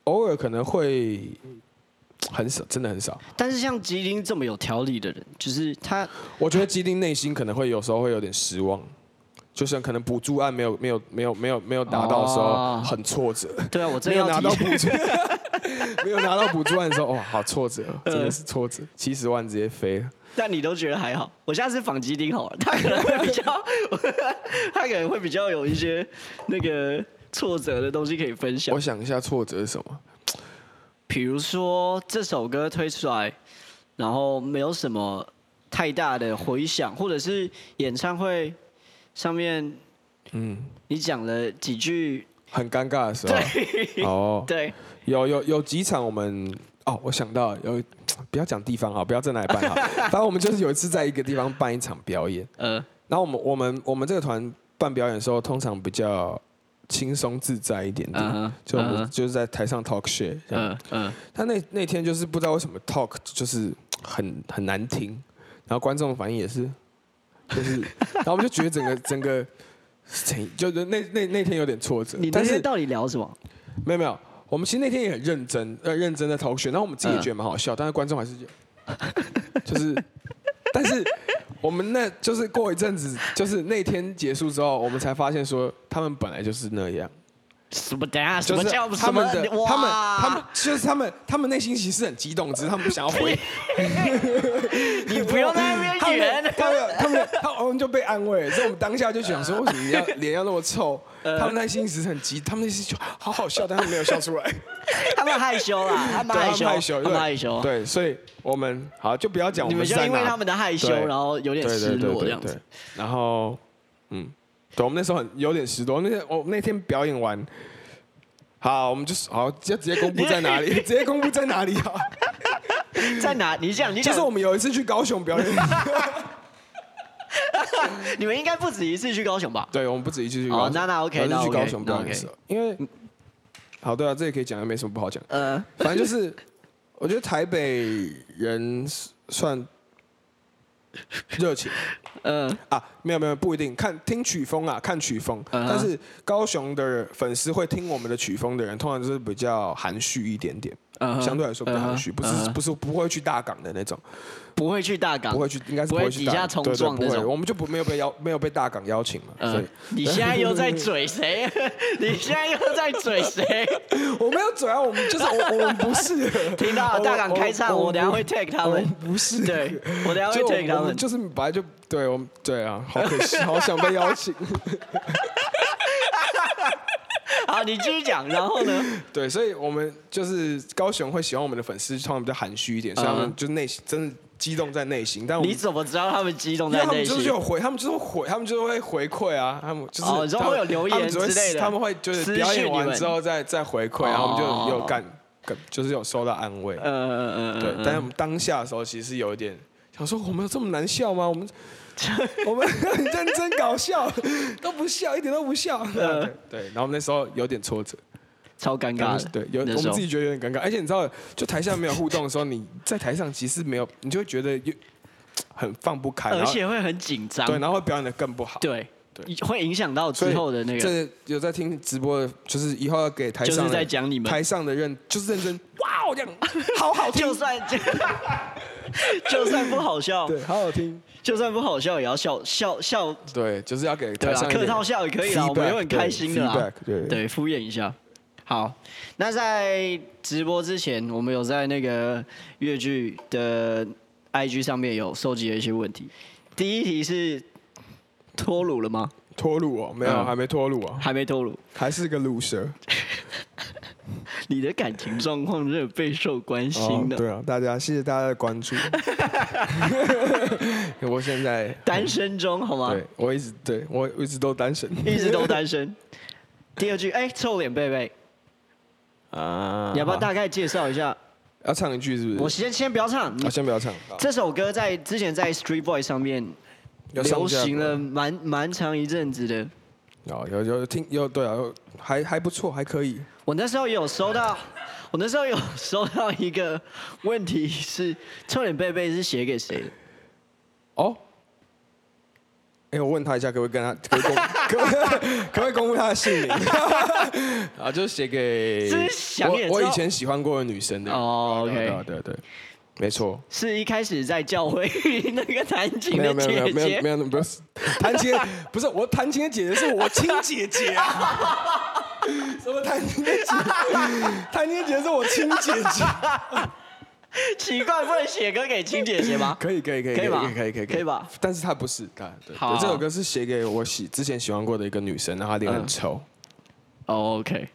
Speaker 2: 偶尔可能会很少，真的很少。
Speaker 1: 但是像吉林这么有条理的人，就是他
Speaker 2: 我觉得基丁内心可能会有时候会有点失望，就是可能补助案没有没有没有没有没有达到的时候
Speaker 1: 哦
Speaker 2: 很挫折，
Speaker 1: 对啊，我真
Speaker 2: 没有拿
Speaker 1: 要
Speaker 2: 到
Speaker 1: 提，
Speaker 2: 补助，
Speaker 1: *laughs*
Speaker 2: *laughs* 没有拿到补助案的时候，哇，好挫折，哦
Speaker 1: 嗯
Speaker 2: 真的是挫折，七十万直接飞了。
Speaker 1: 但你都觉得还好。我下次仿吉林好了，他可能会比
Speaker 2: *laughs*
Speaker 1: 较，他可能会比较有一些那个挫折的东西可以分享
Speaker 2: 我。想一下挫折是什么？
Speaker 1: 比如说这首歌推出来，然后没有什么太大的回响，或者是演唱会上面
Speaker 2: 嗯，啊
Speaker 1: 你讲了几句，
Speaker 2: 很尴尬的时候。
Speaker 1: 对
Speaker 2: 哦，
Speaker 1: 对，
Speaker 2: 有有有几场我们哦，我想到有，不要讲地方啊，不要在哪里办好，
Speaker 1: *laughs*
Speaker 2: 反正我们就是有一次在一个地方办一场表演，
Speaker 1: 呃，
Speaker 2: 然后我们我们我们这个团办表演的时候，通常比较轻松自在一点点
Speaker 1: 嗯哼
Speaker 2: 就我们
Speaker 1: 嗯哼
Speaker 2: 就是在台上 talk shit，这样
Speaker 1: 嗯嗯，
Speaker 2: 他那那天就是不知道为什么 talk 就是很很难听，然后观众的反应也是，
Speaker 1: *laughs*
Speaker 2: 就是，然后我们就觉得整个整个。整就是那那那天有点挫折，
Speaker 1: 你那
Speaker 2: 但是
Speaker 1: 天到底聊什么？
Speaker 2: 没有没有，我们其实那天也很认真，呃，认真的投选，然后我们自己也觉得蛮好笑，但是观众还是觉得
Speaker 1: *laughs*
Speaker 2: 就是，但是我们那就是过一阵子，就是那天结束之后，我们才发现说他们本来就是那样，
Speaker 1: 什么等下什
Speaker 2: 就
Speaker 1: 么
Speaker 2: 是
Speaker 1: 叫
Speaker 2: 他们
Speaker 1: 什
Speaker 2: 的，
Speaker 1: 么
Speaker 2: 他们
Speaker 1: 哇
Speaker 2: 他们就是他们，他们内心其实很激动，只是他们不想要回。
Speaker 1: *laughs* 你不要在那
Speaker 2: 他
Speaker 1: 边
Speaker 2: 们
Speaker 1: 圆，
Speaker 2: 他们他们他我们就被安慰，所以我们当下就想说，为什么要脸要那么
Speaker 1: *laughs*
Speaker 2: 臭？
Speaker 1: 呃
Speaker 2: 他们内心其实很急，他们内心就好好笑，但他们没有笑出来，
Speaker 1: 他们害羞
Speaker 2: *laughs*
Speaker 1: 啦，他们
Speaker 2: 对
Speaker 1: 害
Speaker 2: 他们
Speaker 1: 羞，
Speaker 2: 害羞，
Speaker 1: 他
Speaker 2: 对
Speaker 1: 们害羞。
Speaker 2: 对，所以我们好就不要讲我
Speaker 1: 你们
Speaker 2: 们是
Speaker 1: 就
Speaker 2: 在
Speaker 1: 因为
Speaker 2: 哪
Speaker 1: 他们的害羞，
Speaker 2: 对
Speaker 1: 然后有点
Speaker 2: 对
Speaker 1: 失
Speaker 2: 对对
Speaker 1: 落
Speaker 2: 对
Speaker 1: 这样
Speaker 2: 对
Speaker 1: 子。。
Speaker 2: 然后，嗯，对，我们那时候很有点失落。那天我那天表演完，好，我们就是好，要直接公布
Speaker 1: *laughs*
Speaker 2: 在哪里，直接公布在哪里啊？
Speaker 1: 在哪？你讲，你
Speaker 2: 就
Speaker 1: 讲
Speaker 2: 是，我们有一次去高雄
Speaker 1: *laughs*
Speaker 2: 表演，
Speaker 1: 你们应该不止一次去高雄吧？
Speaker 2: 对，我们不止一次去高
Speaker 1: 哦
Speaker 2: 雄，
Speaker 1: 那那 OK，
Speaker 2: 有一次
Speaker 1: 那
Speaker 2: 去
Speaker 1: OK，
Speaker 2: 高雄表演
Speaker 1: 那
Speaker 2: 的时候，因为好，对啊，这也可以讲，也没什么不好讲。
Speaker 1: 呃，
Speaker 2: 反正就是，我觉得台北人算热情。
Speaker 1: 嗯，
Speaker 2: 啊，没有没有不一定，看听曲风啊，看曲风。
Speaker 1: 嗯哼
Speaker 2: 但是高雄的粉丝会听我们的曲风的人，通常就是比较含蓄一点点
Speaker 1: 嗯哼
Speaker 2: 相对来说比较含蓄
Speaker 1: 嗯
Speaker 2: 不
Speaker 1: 哼
Speaker 2: 是、
Speaker 1: 嗯哼
Speaker 2: 不是不会去大港的那种，
Speaker 1: 不会去大港，
Speaker 2: 不会去，应该
Speaker 1: 啊
Speaker 2: 是
Speaker 1: 不
Speaker 2: 会
Speaker 1: 会
Speaker 2: 去
Speaker 1: 底
Speaker 2: 大
Speaker 1: 下
Speaker 2: 港
Speaker 1: 冲
Speaker 2: 对对
Speaker 1: 撞
Speaker 2: 不
Speaker 1: 那
Speaker 2: 会
Speaker 1: 种。
Speaker 2: 我们就不没有被邀没有被大港邀请嘛，所
Speaker 1: 嗯
Speaker 2: 以，
Speaker 1: 你现在又在嘴
Speaker 2: *laughs*
Speaker 1: 谁？你现在又在嘴谁？
Speaker 2: 我没有嘴啊，我们就是我我们不是
Speaker 1: *laughs* 听到
Speaker 2: 哦
Speaker 1: 了大港开唱，我等下
Speaker 2: 不
Speaker 1: 会 take 他
Speaker 2: 我
Speaker 1: 们
Speaker 2: 们。不是
Speaker 1: 对，我等下会
Speaker 2: 哦就我
Speaker 1: take 他
Speaker 2: 我
Speaker 1: 们
Speaker 2: 们。就是本来就对我们对啊，好可惜，好想被邀请。 *laughs*
Speaker 1: 好，你继续讲。然后呢？
Speaker 2: *laughs* 对，所以我们就是高雄会喜欢我们的粉丝，通常比较含蓄一点，所以他
Speaker 1: 嗯
Speaker 2: 们就内心真的激动在内心，但我们
Speaker 1: 你怎么知道他们激动
Speaker 2: 因为
Speaker 1: 在
Speaker 2: 他们
Speaker 1: 内
Speaker 2: 就是
Speaker 1: 心
Speaker 2: 有？回，他们就是回，他们就是会回馈啊，他们就是
Speaker 1: 哦你说
Speaker 2: 他们
Speaker 1: 会有留言
Speaker 2: 他们只会
Speaker 1: 之类的
Speaker 2: 他们会就是表
Speaker 1: 私讯
Speaker 2: 演
Speaker 1: 你们
Speaker 2: 完之后再再回馈，
Speaker 1: 哦
Speaker 2: 然后我们就有感，感就是有受到安慰。
Speaker 1: 嗯嗯嗯
Speaker 2: 对，但是我们当下的时候其实是有一点想说，我们有这么难笑吗？
Speaker 1: *laughs*
Speaker 2: 我们我们很认真搞笑，都不笑，一点都不笑。
Speaker 1: 嗯
Speaker 2: 对对，然后我们那时候有点挫折。
Speaker 1: 超尴尬的。
Speaker 2: 对，有
Speaker 1: 那
Speaker 2: 我
Speaker 1: 时
Speaker 2: 们
Speaker 1: 候
Speaker 2: 自己觉得有点尴尬，而且你知道，就台下没有互动的时候，你在台上其实没有，你就会觉得有很放不开，
Speaker 1: 而
Speaker 2: 然后
Speaker 1: 且会很紧张。
Speaker 2: 对，然后会表演的更不好。
Speaker 1: 对
Speaker 2: 对
Speaker 1: 会影响到
Speaker 2: 所以
Speaker 1: 之后的那个。
Speaker 2: 这有在听直播的，就是以后要给台上的
Speaker 1: 就是在讲你们
Speaker 2: 台上的认，就是认真哇哦这样，好好听
Speaker 1: *laughs* *laughs* 就，算就算不好笑，
Speaker 2: 对，好好听，
Speaker 1: 就算不好笑也要笑笑笑，
Speaker 2: 对，就是要给
Speaker 1: 对啊，
Speaker 2: 台上一
Speaker 1: 客
Speaker 2: 点
Speaker 1: 套笑也可以啦，我们也
Speaker 2: feedback，
Speaker 1: 很开心的
Speaker 2: 对
Speaker 1: 啦
Speaker 2: feedback，，对
Speaker 1: 对，敷衍一下。好，那在直播之前，我们有在那个越剧的 IG 上面有收集了一些问题。第一题是脱乳了吗？
Speaker 2: 脱乳哦，没有，
Speaker 1: 嗯
Speaker 2: 还没脱乳哦，
Speaker 1: 还没脱乳。
Speaker 2: 还是个乳蛇。
Speaker 1: *laughs* 你的感情状况真的备受关
Speaker 2: 哦
Speaker 1: 心，的。
Speaker 2: 对啊，大家谢谢大家的关注。 *laughs* 我现在
Speaker 1: 单身中好吗？
Speaker 2: 对我一直对我一直都单身
Speaker 1: 一直都单身。 *laughs* 第二句，哎、臭脸贝贝，
Speaker 2: 啊
Speaker 1: 你要不要大概介绍一下？
Speaker 2: 要唱一句是
Speaker 1: 我
Speaker 2: 不是？
Speaker 1: 先先不要唱，你
Speaker 2: 啊，先不要唱，好
Speaker 1: 这首歌在之前在 Street Boy 上面
Speaker 2: 有上
Speaker 1: 流
Speaker 2: 架
Speaker 1: 行
Speaker 2: 过
Speaker 1: 了蛮蛮长一阵子的。
Speaker 2: 有有有听有对啊，有还还不错，还可以。
Speaker 1: 我那时候有收到，我那时候有收到一个问题是“臭脸贝贝”是写给谁的？
Speaker 2: 哦，哎、我问他一下，可不可以跟他可不可以公可不可以可不可以公布他的姓名？ *laughs* 啊，就是写给
Speaker 1: 这是想也知
Speaker 2: 我
Speaker 1: 道
Speaker 2: 我以前喜欢过的女生的。
Speaker 1: 哦
Speaker 2: 对啊
Speaker 1: OK
Speaker 2: 对啊对啊对啊，没错。
Speaker 1: 是一开始在教会那个弹琴
Speaker 2: 没
Speaker 1: 的
Speaker 2: 有没有没有
Speaker 1: 姐
Speaker 2: 没有没
Speaker 1: 姐。
Speaker 2: 有，不是弹琴，不是我弹琴的姐姐，是我亲姐姐啊。 *laughs* 什么弹琴的姐姐？弹琴的姐姐是我亲姐姐。
Speaker 1: 奇怪，不能写歌给亲姐姐吗？
Speaker 2: *laughs* 可以可以可以
Speaker 1: 可以吧
Speaker 2: 可以可以
Speaker 1: 可以吧？
Speaker 2: 但是她不是，她对
Speaker 1: 好啊
Speaker 2: 对，这首歌是写给我喜之前喜欢过的一个女生，然后她
Speaker 1: 嗯
Speaker 2: 脸很丑。
Speaker 1: 哦、o k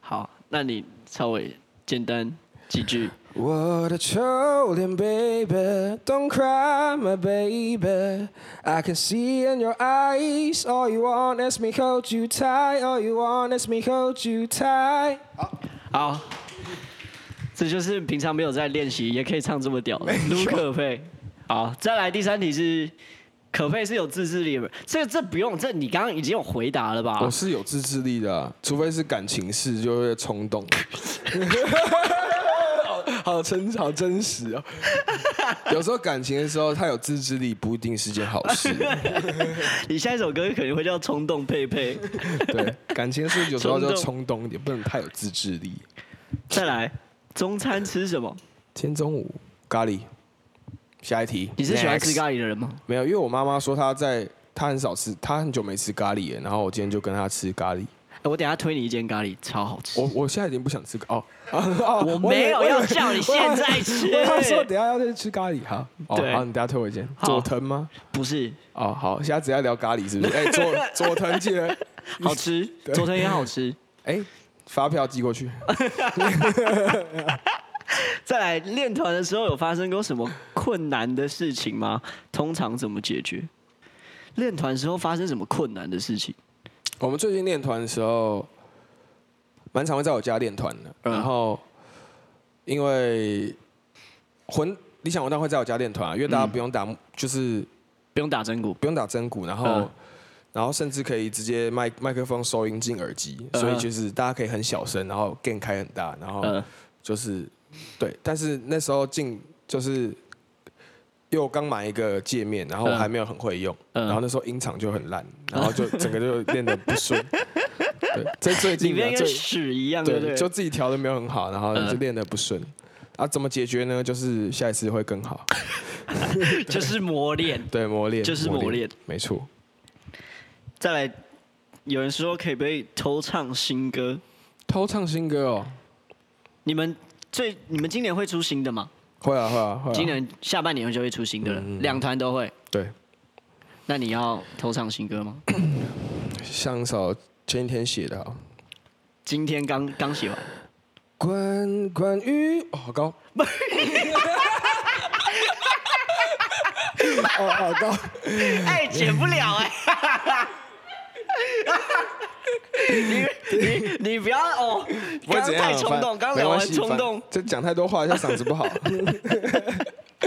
Speaker 1: 好，那你稍微简单几句。
Speaker 2: 我的臭脸，baby，don't cry my baby，I can see in your eyes，all you want is me hold you tight，all you want is me hold you tight。嗯
Speaker 1: 好，这就是平常没有在练习也可以唱这么屌的卢可佩。好，再来第三题是可佩是有自制力的，这这不用，这你刚刚已经有回答了吧
Speaker 2: 我？是有自制力的啊、除非是感情事就会冲动。 *laughs* 好好真好真实哦， *laughs* 有时候感情的时候，他有自制力不一定是件好 *laughs* 事。
Speaker 1: 你下一首歌可能会叫《冲动佩 *laughs* 佩》。
Speaker 2: 对，感情的事有时候就
Speaker 1: 冲动
Speaker 2: 冲动一点，不能太有自制力。
Speaker 1: 再来，中餐吃什么？
Speaker 2: 今天中午咖喱，下一题，
Speaker 1: 你是喜欢
Speaker 2: Next
Speaker 1: 吃咖喱的人吗？
Speaker 2: 没有，因为我妈妈说她在她很少吃，她很久没吃咖喱了，然后我今天就跟她吃咖喱。
Speaker 1: 哎我等一下推你一间咖喱，超好吃。
Speaker 2: 我我现在已经不想吃咖哦， *laughs* 哦
Speaker 1: 我没有要叫你现在吃
Speaker 2: 我以为我以为说等一下要去吃咖喱哈。好
Speaker 1: 对
Speaker 2: 好，你等一下推我一件
Speaker 1: 好
Speaker 2: 佐藤吗？
Speaker 1: 不是
Speaker 2: 哦，好，现在只要聊咖喱是不是？哎，佐
Speaker 1: *laughs*
Speaker 2: 佐藤记得
Speaker 1: 好吃，佐藤也好吃。
Speaker 2: 哎，发票寄过去。
Speaker 1: *laughs* 再来练团的时候有发生过什么困难的事情吗？通常怎么解决？练团时候发生什么困难的事情？
Speaker 2: 我们最近练团的时候，蛮常会在我家练团的。
Speaker 1: 嗯
Speaker 2: 然后，因为魂理想混蛋会在我家练团、啊，因为
Speaker 1: 嗯
Speaker 2: 大家不用打，就是
Speaker 1: 不用打针鼓，
Speaker 2: 不用打真鼓，然后、
Speaker 1: 嗯
Speaker 2: 然后甚至可以直接麦麦克风收音进耳机，
Speaker 1: 嗯
Speaker 2: 所以就是大家可以很小声，然后 gain 开很大，然后
Speaker 1: 呃，
Speaker 2: 就是、对。但是那时候进就是。因为我刚买一个界面，然后我
Speaker 1: 嗯
Speaker 2: 还没有很会用，
Speaker 1: 嗯
Speaker 2: 然后那时候音场就很烂，然后就整个就练得不 *laughs* 顺。对，这最
Speaker 1: 里
Speaker 2: 近的
Speaker 1: 面跟
Speaker 2: 最
Speaker 1: 屎一样，对不
Speaker 2: 对，
Speaker 1: 对？
Speaker 2: 就自己调的没有很好，然后
Speaker 1: 嗯
Speaker 2: 就练得不顺。啊，怎么解决呢？就是下一次会更好。
Speaker 1: 就是磨 *laughs* 练。
Speaker 2: 对，磨练
Speaker 1: 就是磨练，
Speaker 2: 没错。
Speaker 1: 再来，有人说可以被偷唱新歌，
Speaker 2: 偷唱新歌哦，
Speaker 1: 你们最你们今年会出新的吗？
Speaker 2: 会啊会啊会啊。嗯
Speaker 1: 今年下半年就会出新的了，两团都会。
Speaker 2: 对，
Speaker 1: 那你要偷唱新歌吗？
Speaker 2: 像一首前几天写的、啊。
Speaker 1: 今天刚刚写完，
Speaker 2: 关关于哦，好高。哦，好高。
Speaker 1: 哎、剪不了哎、 *laughs* 你你你不要哦，
Speaker 2: 不会
Speaker 1: 刚
Speaker 2: 怎
Speaker 1: 刚
Speaker 2: 样啊，
Speaker 1: 太冲动，
Speaker 2: 反
Speaker 1: 刚
Speaker 2: 没
Speaker 1: 聊
Speaker 2: 关
Speaker 1: 完
Speaker 2: 系
Speaker 1: 冲
Speaker 2: 反 *laughs*
Speaker 1: 动
Speaker 2: 这讲太多话，一下嗓子不好。等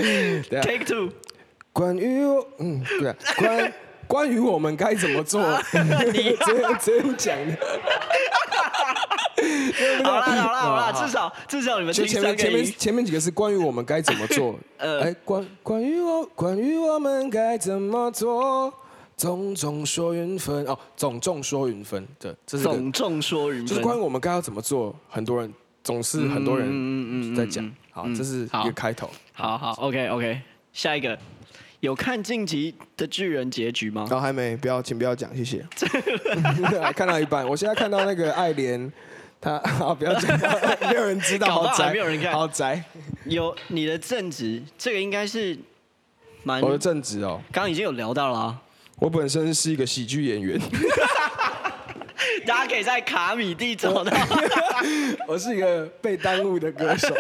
Speaker 2: 一下
Speaker 1: ，Take Two，
Speaker 2: *laughs*
Speaker 1: *laughs*
Speaker 2: 关于我嗯，对、啊，关 *laughs* 关于我们该怎么 *laughs* 做，
Speaker 1: 你
Speaker 2: 只有只有讲
Speaker 1: *laughs*
Speaker 2: 的，
Speaker 1: 好啦好啦好
Speaker 2: *laughs*
Speaker 1: 啦，至少至少你们
Speaker 2: 就
Speaker 1: 听
Speaker 2: 前
Speaker 1: 三
Speaker 2: 面
Speaker 1: 个
Speaker 2: 前面
Speaker 1: 音，
Speaker 2: 前面几个是关于我们该怎么做，
Speaker 1: 呃
Speaker 2: 哎，关关于我关于我们该怎么做，种种说云分哦，种种说云分，对，这是个
Speaker 1: 总众说云
Speaker 2: 就是
Speaker 1: 分。嗯
Speaker 2: 关于我们该要怎么做，很多人总是很多人在讲，好，这是一
Speaker 1: 好
Speaker 2: 个开头，
Speaker 1: 好好，OK OK，下一个有看晋级的巨人结局吗？
Speaker 2: 然后还没，不要，请不要讲，
Speaker 1: *laughs*
Speaker 2: 谢谢。看到一半，我现在看到那个爱莲，他 *laughs* 好不要讲，没有人知道，
Speaker 1: 搞不好
Speaker 2: 好宅，
Speaker 1: 还没有人看
Speaker 2: 好宅。
Speaker 1: 有你的正职，这个应该是蛮
Speaker 2: 我的正职哦，
Speaker 1: 刚刚已经有聊到了、
Speaker 2: *laughs*
Speaker 1: 啊，
Speaker 2: 我本身是一个喜剧演员， *laughs*
Speaker 1: 大家可以在卡米蒂找到。
Speaker 2: 我是一个被耽误的歌手。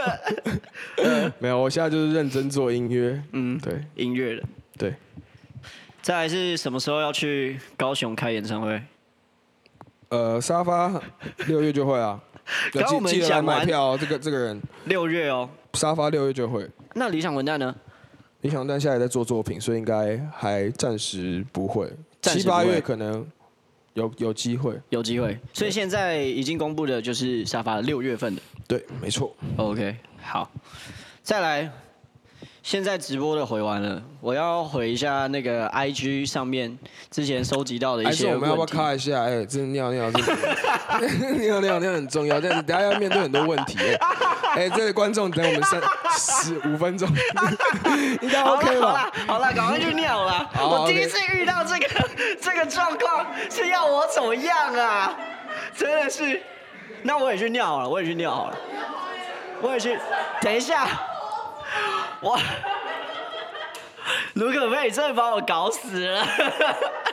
Speaker 1: 呃
Speaker 2: 没有，我现在就是认真做音乐。嗯，对
Speaker 1: *laughs* 音乐人。
Speaker 2: 对，
Speaker 1: 再来是什么时候要去高雄开演唱会？
Speaker 2: 呃，沙发六月就会啊，
Speaker 1: *laughs* 刚刚我们
Speaker 2: 记得来
Speaker 1: 讲完
Speaker 2: 买票哦。这个这个人，
Speaker 1: 六月哦。
Speaker 2: 沙发六月就会。
Speaker 1: 那理想混蛋呢？
Speaker 2: 理想蛋现在也在做作品，所以应该还暂时不会。
Speaker 1: 暂时
Speaker 2: 七
Speaker 1: 不会
Speaker 2: 八月可能有有机会。
Speaker 1: 有机会。所以现在已经公布的就是沙发六月份的。
Speaker 2: 对，没错。
Speaker 1: OK，好。再来，现在直播的回完了，我要回一下那个 IG 上面之前收集到的一
Speaker 2: 还是
Speaker 1: 些
Speaker 2: 我们要不要
Speaker 1: 问题。
Speaker 2: 咔一下？哎，这尿尿，这 *laughs* 尿尿尿很重要，但是大家要面对很多问题。哎，哎这位观众等我们三十五分钟， *laughs* 应该
Speaker 1: 好啦
Speaker 2: OK
Speaker 1: 好
Speaker 2: 吧
Speaker 1: 啦？好啦，赶快去尿啦！
Speaker 2: 好
Speaker 1: 我第一
Speaker 2: OK
Speaker 1: 次遇到这个 *laughs* 这个状况，是要我怎么样啊？真的是，那我也去尿好了，我也去尿好了，我也去。等一下，我卢可贝真的把我搞死了。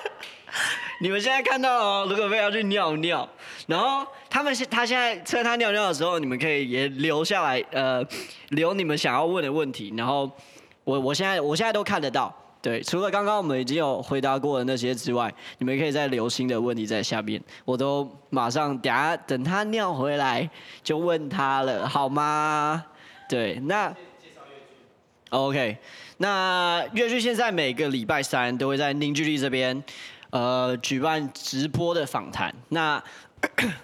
Speaker 1: *laughs* 你们现在看到哦，卢可贝要去尿尿，然后他们现他现在趁他尿尿的时候，你们可以也留下来，呃，留你们想要问的问题，然后我我现在我现在都看得到。对，除了刚刚我们已经有回答过的那些之外，你们可以再留新的问题在下面，我都马上等下等他尿回来就问他了，好吗？对，那 OK，那粤剧现在每个礼拜三都会在凝聚力这边，呃举办直播的访谈。那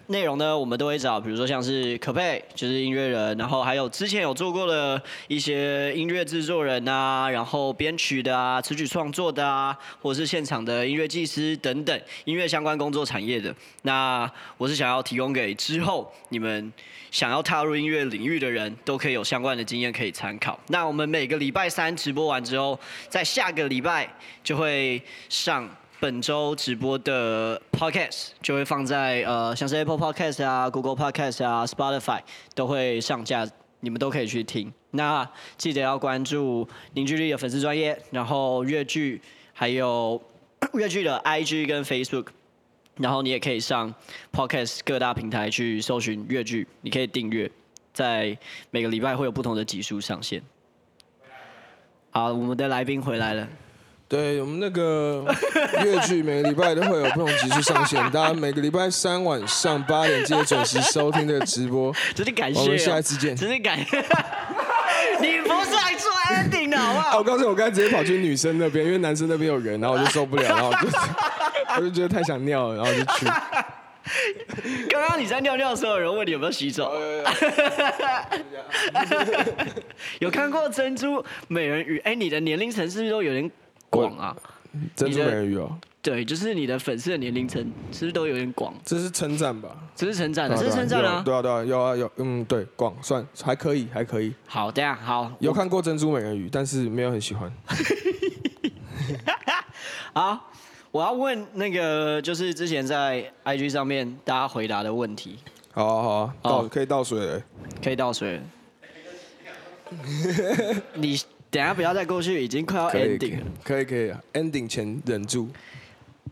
Speaker 1: 内容呢，我们都会找，比如说像是可贝，就是音乐人，然后还有之前有做过的一些音乐制作人啊，然后编曲的啊，词曲创作的啊，或者是现场的音乐技师等等，音乐相关工作产业的。那我是想要提供给之后你们想要踏入音乐领域的人，都可以有相关的经验可以参考。那我们每个礼拜三直播完之后，在下个礼拜就会上本周直播的 podcast 就会放在呃，像是 Apple Podcast 啊、Google Podcast 啊、Spotify 都会上架，你们都可以去听。那记得要关注凝聚力的粉丝专业，然后粤剧还有 *coughs* 粤剧的 IG 跟 Facebook。然后你也可以上 Podcast 各大平台去搜寻粤剧，你可以订阅，在每个礼拜会有不同的集数上线。好，我们的来宾回来了。
Speaker 2: 对我们那个乐剧，每个礼拜都会有不同集数上线，大家每个礼拜三晚上八点记得准时收听这个直播。
Speaker 1: 真的感谢、哦，
Speaker 2: 我们下一次见
Speaker 1: 真的感谢， *laughs* 你不是来做 ending 的好不
Speaker 2: 啊，
Speaker 1: 好
Speaker 2: 我？刚才我刚才直接跑去女生那边，因为男生那边有人，然后我就受不了，然后我就我就觉 *laughs* 得太想尿了，然后就去。
Speaker 1: 刚刚你在尿尿的时候，有人问你有没有洗手，
Speaker 2: 哦
Speaker 1: *laughs* 有看过《珍珠美人鱼》？哎，你的年龄层是不是都有点广啊？
Speaker 2: 珍珠美人鱼哦，
Speaker 1: 对，就是你的粉丝的年龄层是不是都有点广？
Speaker 2: 这是称赞吧？
Speaker 1: 这是称赞的，
Speaker 2: 对
Speaker 1: 这是称赞啊。
Speaker 2: 对啊对啊，有啊有，嗯，对，广算还可以，还可以。
Speaker 1: 好，等一下好，
Speaker 2: 有看过珍珠美人鱼，但是没有很喜欢。
Speaker 1: 好，我要问那个，就是之前在 IG 上面大家回答的问题，
Speaker 2: 好啊好啊，
Speaker 1: 哦
Speaker 2: 倒可以倒水了。
Speaker 1: 可以倒水了。 *laughs* 你等一下不要再过去，已经快要
Speaker 2: 可以可以
Speaker 1: ending 了。
Speaker 2: 可以可以，ending 前忍住。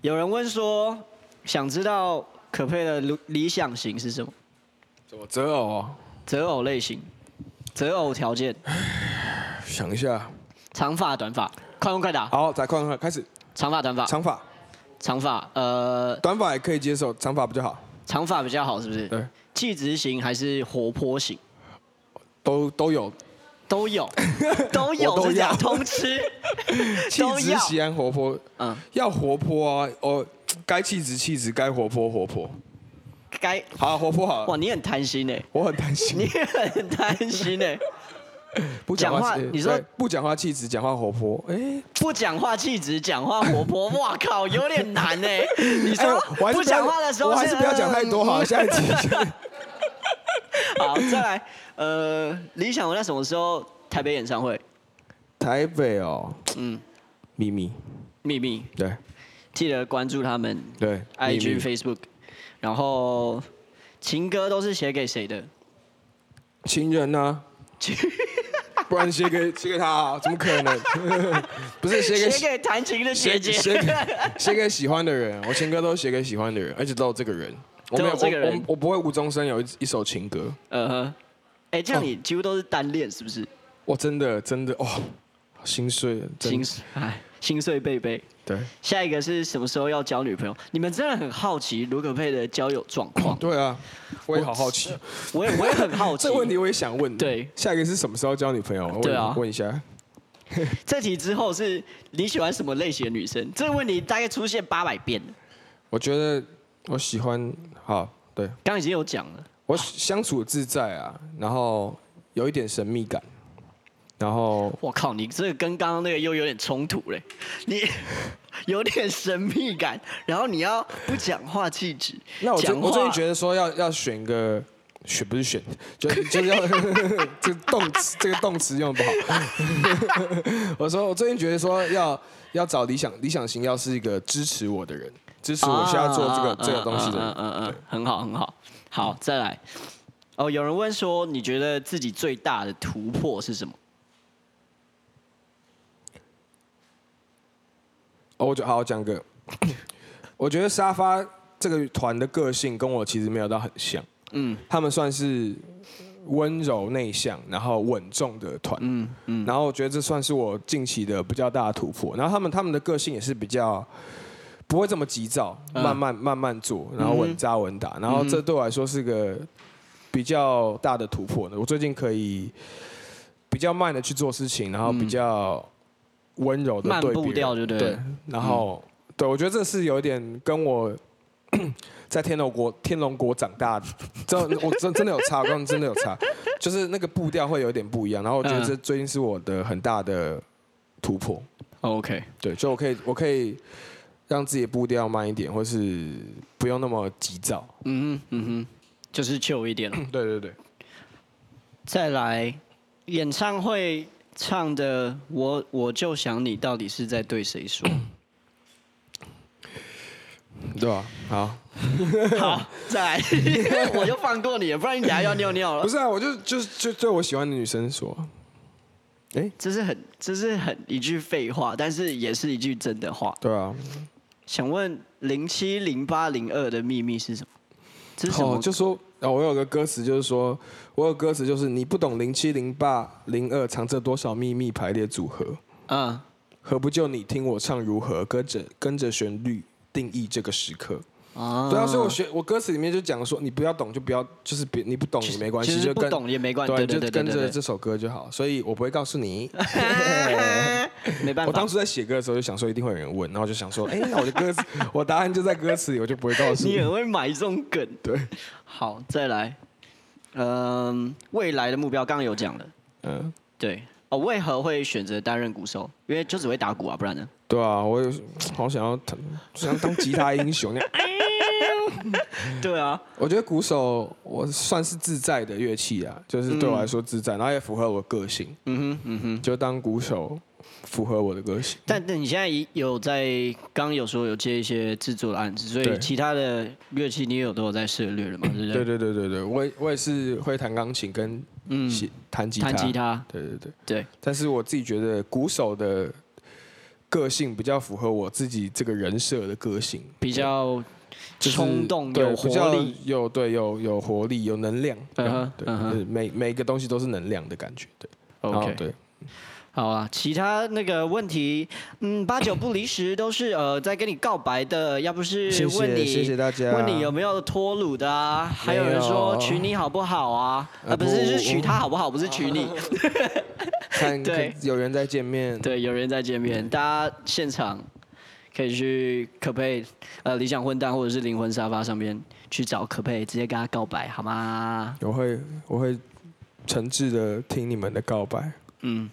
Speaker 1: 有人问说，想知道可佩的理理想型是什么？
Speaker 2: 怎么择偶啊？
Speaker 1: 择偶类型，择偶条件，
Speaker 2: 想一下，
Speaker 1: 长发短发，快问快答。
Speaker 2: 好，再快快开始，
Speaker 1: 长发短发，
Speaker 2: 啊长发，
Speaker 1: 长发，呃，
Speaker 2: 短发也可以接受，长发比较好。
Speaker 1: 长发比较好，是不是？
Speaker 2: 对，
Speaker 1: 气质型还是活泼型？
Speaker 2: 都
Speaker 1: *laughs*
Speaker 2: 都有，
Speaker 1: 都
Speaker 2: *laughs*
Speaker 1: 有，都有，
Speaker 2: 我都
Speaker 1: 是这样
Speaker 2: 要
Speaker 1: 通吃。
Speaker 2: *laughs* 气
Speaker 1: 都
Speaker 2: 质
Speaker 1: 要
Speaker 2: 喜安活泼，
Speaker 1: 嗯，
Speaker 2: 要活泼啊，哦，该气质气质，该活泼活泼。
Speaker 1: 该
Speaker 2: 好啊，活泼好
Speaker 1: 哇，
Speaker 2: 了，
Speaker 1: 你很贪心哎，
Speaker 2: 我很担
Speaker 1: 你
Speaker 2: 心，
Speaker 1: *laughs* 很贪心哎，
Speaker 2: 不讲话
Speaker 1: 讲话
Speaker 2: 气，
Speaker 1: 你说
Speaker 2: 对不讲话气质，讲话活泼，哎，
Speaker 1: 不讲话气质，讲话活
Speaker 2: *laughs*
Speaker 1: 泼，哇靠，有点难哎。你
Speaker 2: 哎
Speaker 1: 说
Speaker 2: 我还是
Speaker 1: 不
Speaker 2: 不要
Speaker 1: 讲话的时候，嗯
Speaker 2: 我还是不要讲太多好了，下一集
Speaker 1: *laughs* 好，再来，呃，理想我在什么时候台北演唱会？
Speaker 2: 台北哦，
Speaker 1: 嗯，
Speaker 2: 秘密，
Speaker 1: 秘密，
Speaker 2: 对
Speaker 1: 记得关注他们
Speaker 2: 对
Speaker 1: IG、
Speaker 2: 秘密
Speaker 1: Facebook，然后情歌都是写给谁的？
Speaker 2: 情人呢？不然
Speaker 1: *laughs*
Speaker 2: 写给写给他啊，怎么可能？ *laughs* 不是写给
Speaker 1: 写给弹琴的姐
Speaker 2: 写
Speaker 1: 姐。
Speaker 2: 写给写给喜欢的人，我情歌都写给喜欢的人，而且都有这个人。我没
Speaker 1: 都
Speaker 2: 有
Speaker 1: 有这个人
Speaker 2: 我我我不会无中生有一一首情歌，
Speaker 1: 呃呵，哎，这样
Speaker 2: 哦
Speaker 1: 你几乎都是单恋是不是？
Speaker 2: 我真的真的哇、哦心碎了，真
Speaker 1: 心哎，心碎贝贝。
Speaker 2: 对
Speaker 1: 下一个是什么时候要交女朋友？你们真的很好奇卢可佩的交友状况，
Speaker 2: 对啊，我也好好奇，
Speaker 1: 我也我也很好奇
Speaker 2: *laughs* 这。问题我也想问。
Speaker 1: 对
Speaker 2: 下一个是什么时候交女朋友？我
Speaker 1: 对啊
Speaker 2: 问一下。
Speaker 1: 这题之后是你喜欢什么类型的女生？这个问题大概出现八百遍了，
Speaker 2: 我觉得我喜欢好，对
Speaker 1: 刚刚已经有讲了。
Speaker 2: 我相处自在啊，然后有一点神秘感，然后
Speaker 1: 我靠，你这个跟刚刚那个又有点冲突嘞，你 *laughs* 有点神秘感，然后你要不讲话气质，
Speaker 2: 那我最
Speaker 1: 讲话
Speaker 2: 我最近觉得说要要选一个选不是选，就就是要 *laughs* 这个动词这个动词用的不好。 *laughs* 我说我最近觉得说要要找理想理想型要是一个支持我的人，支持我现在做这个、
Speaker 1: 啊
Speaker 2: 这个东西的人。
Speaker 1: 嗯嗯嗯嗯，很好很好，好再来。哦，有人问说，你觉得自己最大的突破是什么？
Speaker 2: 哦，我就好好讲个，我觉得沙发这个团的个性跟我其实没有到很像，
Speaker 1: 嗯
Speaker 2: 他们算是温柔内向，然后稳重的团。
Speaker 1: 嗯嗯，
Speaker 2: 然后我觉得这算是我近期的比较大的突破。然后他们他们的个性也是比较不会这么急躁，
Speaker 1: 嗯
Speaker 2: 慢慢慢慢做，然后稳扎稳打。然后这对我来说是个比较大的突破呢。我最近可以比较慢的去做事情，然后比较温柔
Speaker 1: 嗯
Speaker 2: 的
Speaker 1: 慢
Speaker 2: 对别人
Speaker 1: 步调就对了
Speaker 2: 对，然后对我觉得这是有一点跟我 *clears throat* 在天龙国天龙国长大的，真我真真的有差，我刚刚真的有差，就是那个步调会有点不一样。然后我觉得这最近是我的很大的突破，
Speaker 1: 哦 OK，
Speaker 2: 对，就我可以我可以让自己的步调慢一点，或是不用那么急躁。
Speaker 1: 嗯哼嗯哼，就是旧一点了。
Speaker 2: 嗯对对对，
Speaker 1: 再来，演唱会唱的《我我就想你》到底是在对谁
Speaker 2: *laughs*
Speaker 1: 说？
Speaker 2: 对吧、好。
Speaker 1: 好，再来， *laughs* 我就放过你了，不然你等下又要尿尿
Speaker 2: 不
Speaker 1: 了。
Speaker 2: 是啊，我就就是就对我喜欢的女生说，
Speaker 1: 这是很这是很一句废话，但是也是一句真的话。
Speaker 2: 对啊，
Speaker 1: 想问零七零八零二的秘密是什么？这是什么？
Speaker 2: 哦，就说哦，我有个歌词就是说，我有歌词就是你不懂零七零八零二藏着多少秘密排列组合，
Speaker 1: 嗯，
Speaker 2: 何不就你听我唱如何，跟着跟着旋律定义这个时刻。
Speaker 1: 啊
Speaker 2: 对啊，所以我学我歌词里面就讲说，你不要懂就不要，就是别你不懂也没关
Speaker 1: 其
Speaker 2: 系，
Speaker 1: 实
Speaker 2: 就
Speaker 1: 不
Speaker 2: 跟
Speaker 1: 懂也没关系，
Speaker 2: 对，
Speaker 1: 对
Speaker 2: 就
Speaker 1: 对对对
Speaker 2: 跟着
Speaker 1: 对
Speaker 2: 这首歌就好。所以我不会告诉你。
Speaker 1: 对，没办
Speaker 2: 我当
Speaker 1: 法。
Speaker 2: 初在写歌的时候就想说一定会有人问，然后就想说，哎，那我的歌词，我答案就在歌词里，我就不会告诉
Speaker 1: 你很会买这种梗。
Speaker 2: 对，
Speaker 1: 好，再来，嗯，未来的目标刚刚有讲了，
Speaker 2: 嗯。
Speaker 1: 对。哦，为何会选择担任鼓手？因为就只会打鼓啊，不然
Speaker 2: *laughs*
Speaker 1: 呢？
Speaker 2: 对啊，我有好想要弹，就想当吉他英雄那样。
Speaker 1: 对啊，
Speaker 2: 我觉得鼓手我算是自在的乐器啊，就是对我来说自
Speaker 1: 嗯
Speaker 2: 在，然后也符合我的个性，
Speaker 1: 嗯哼，嗯哼。
Speaker 2: 就当鼓手符合我的个性。
Speaker 1: 但但你现在已有在刚刚有说有接一些制作的案子，所以
Speaker 2: 对
Speaker 1: 其他的乐器你也有都有在涉略了嘛？对不
Speaker 2: 对对对对对，我也我也是会弹钢琴跟
Speaker 1: 嗯，
Speaker 2: 写弹吉他。
Speaker 1: 弹吉。他，
Speaker 2: 对对对，
Speaker 1: 对，
Speaker 2: 但是我自己觉得鼓手的个性比较符合我自己这个人设的个性，
Speaker 1: 比较
Speaker 2: 就是
Speaker 1: 冲动
Speaker 2: 对
Speaker 1: 有
Speaker 2: 比较
Speaker 1: 活力。
Speaker 2: 有对有有活力，有能量。对
Speaker 1: 嗯哼
Speaker 2: 对，
Speaker 1: 嗯哼
Speaker 2: 就是每每个东西都是能量的感觉。对。哦，
Speaker 1: OK，
Speaker 2: 对，
Speaker 1: 好啊，其他那个问题，嗯，八九不离十都是呃在跟你告白的，要不是
Speaker 2: 谢谢
Speaker 1: 问你
Speaker 2: 谢谢大家
Speaker 1: 问你有没有脱乳的啊，还有
Speaker 2: 没
Speaker 1: 人说
Speaker 2: 有
Speaker 1: 娶你好不好啊？啊，
Speaker 2: 呃
Speaker 1: 不是，
Speaker 2: 不
Speaker 1: 是娶他好不好，不是娶
Speaker 2: 呃
Speaker 1: 你。 *laughs*
Speaker 2: 看
Speaker 1: 对
Speaker 2: 可有缘再见面，
Speaker 1: 对，有人在见面，大家现场可以去可佩呃理想混蛋或者是灵魂沙发上面去找可佩，直接跟他告白好吗？
Speaker 2: 我会我会诚挚的听你们的告白。
Speaker 1: 嗯，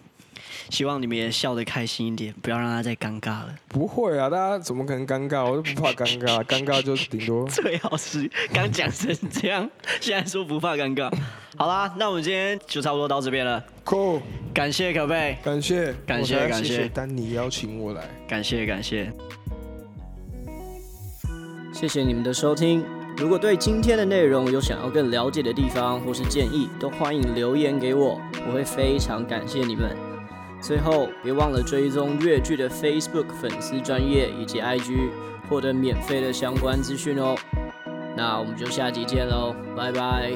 Speaker 1: 希望你们也笑得开心一点，不要让他再尴尬了。
Speaker 2: 不会啊，大家怎么可能尴尬？我都不怕尴尬，尴尬就
Speaker 1: *laughs*
Speaker 2: 顶 *laughs* 多
Speaker 1: 最好是刚讲成这样，现在说不怕尴尬。好啦，那我们今天就差不多到这边了，
Speaker 2: cool。
Speaker 1: 感谢可佩，
Speaker 2: 感谢，
Speaker 1: 感谢
Speaker 2: 我才
Speaker 1: 感谢
Speaker 2: 谢丹尼邀请我来。
Speaker 1: 感谢感谢。
Speaker 3: 谢谢你们的收听。如果对今天的内容有想要更了解的地方或是建议，都欢迎留言给我，我会非常感谢你们。最后，别忘了追踪粤剧的 Facebook 粉丝专业以及 IG，获得免费的相关资讯哦。那我们就下集见喽，拜拜。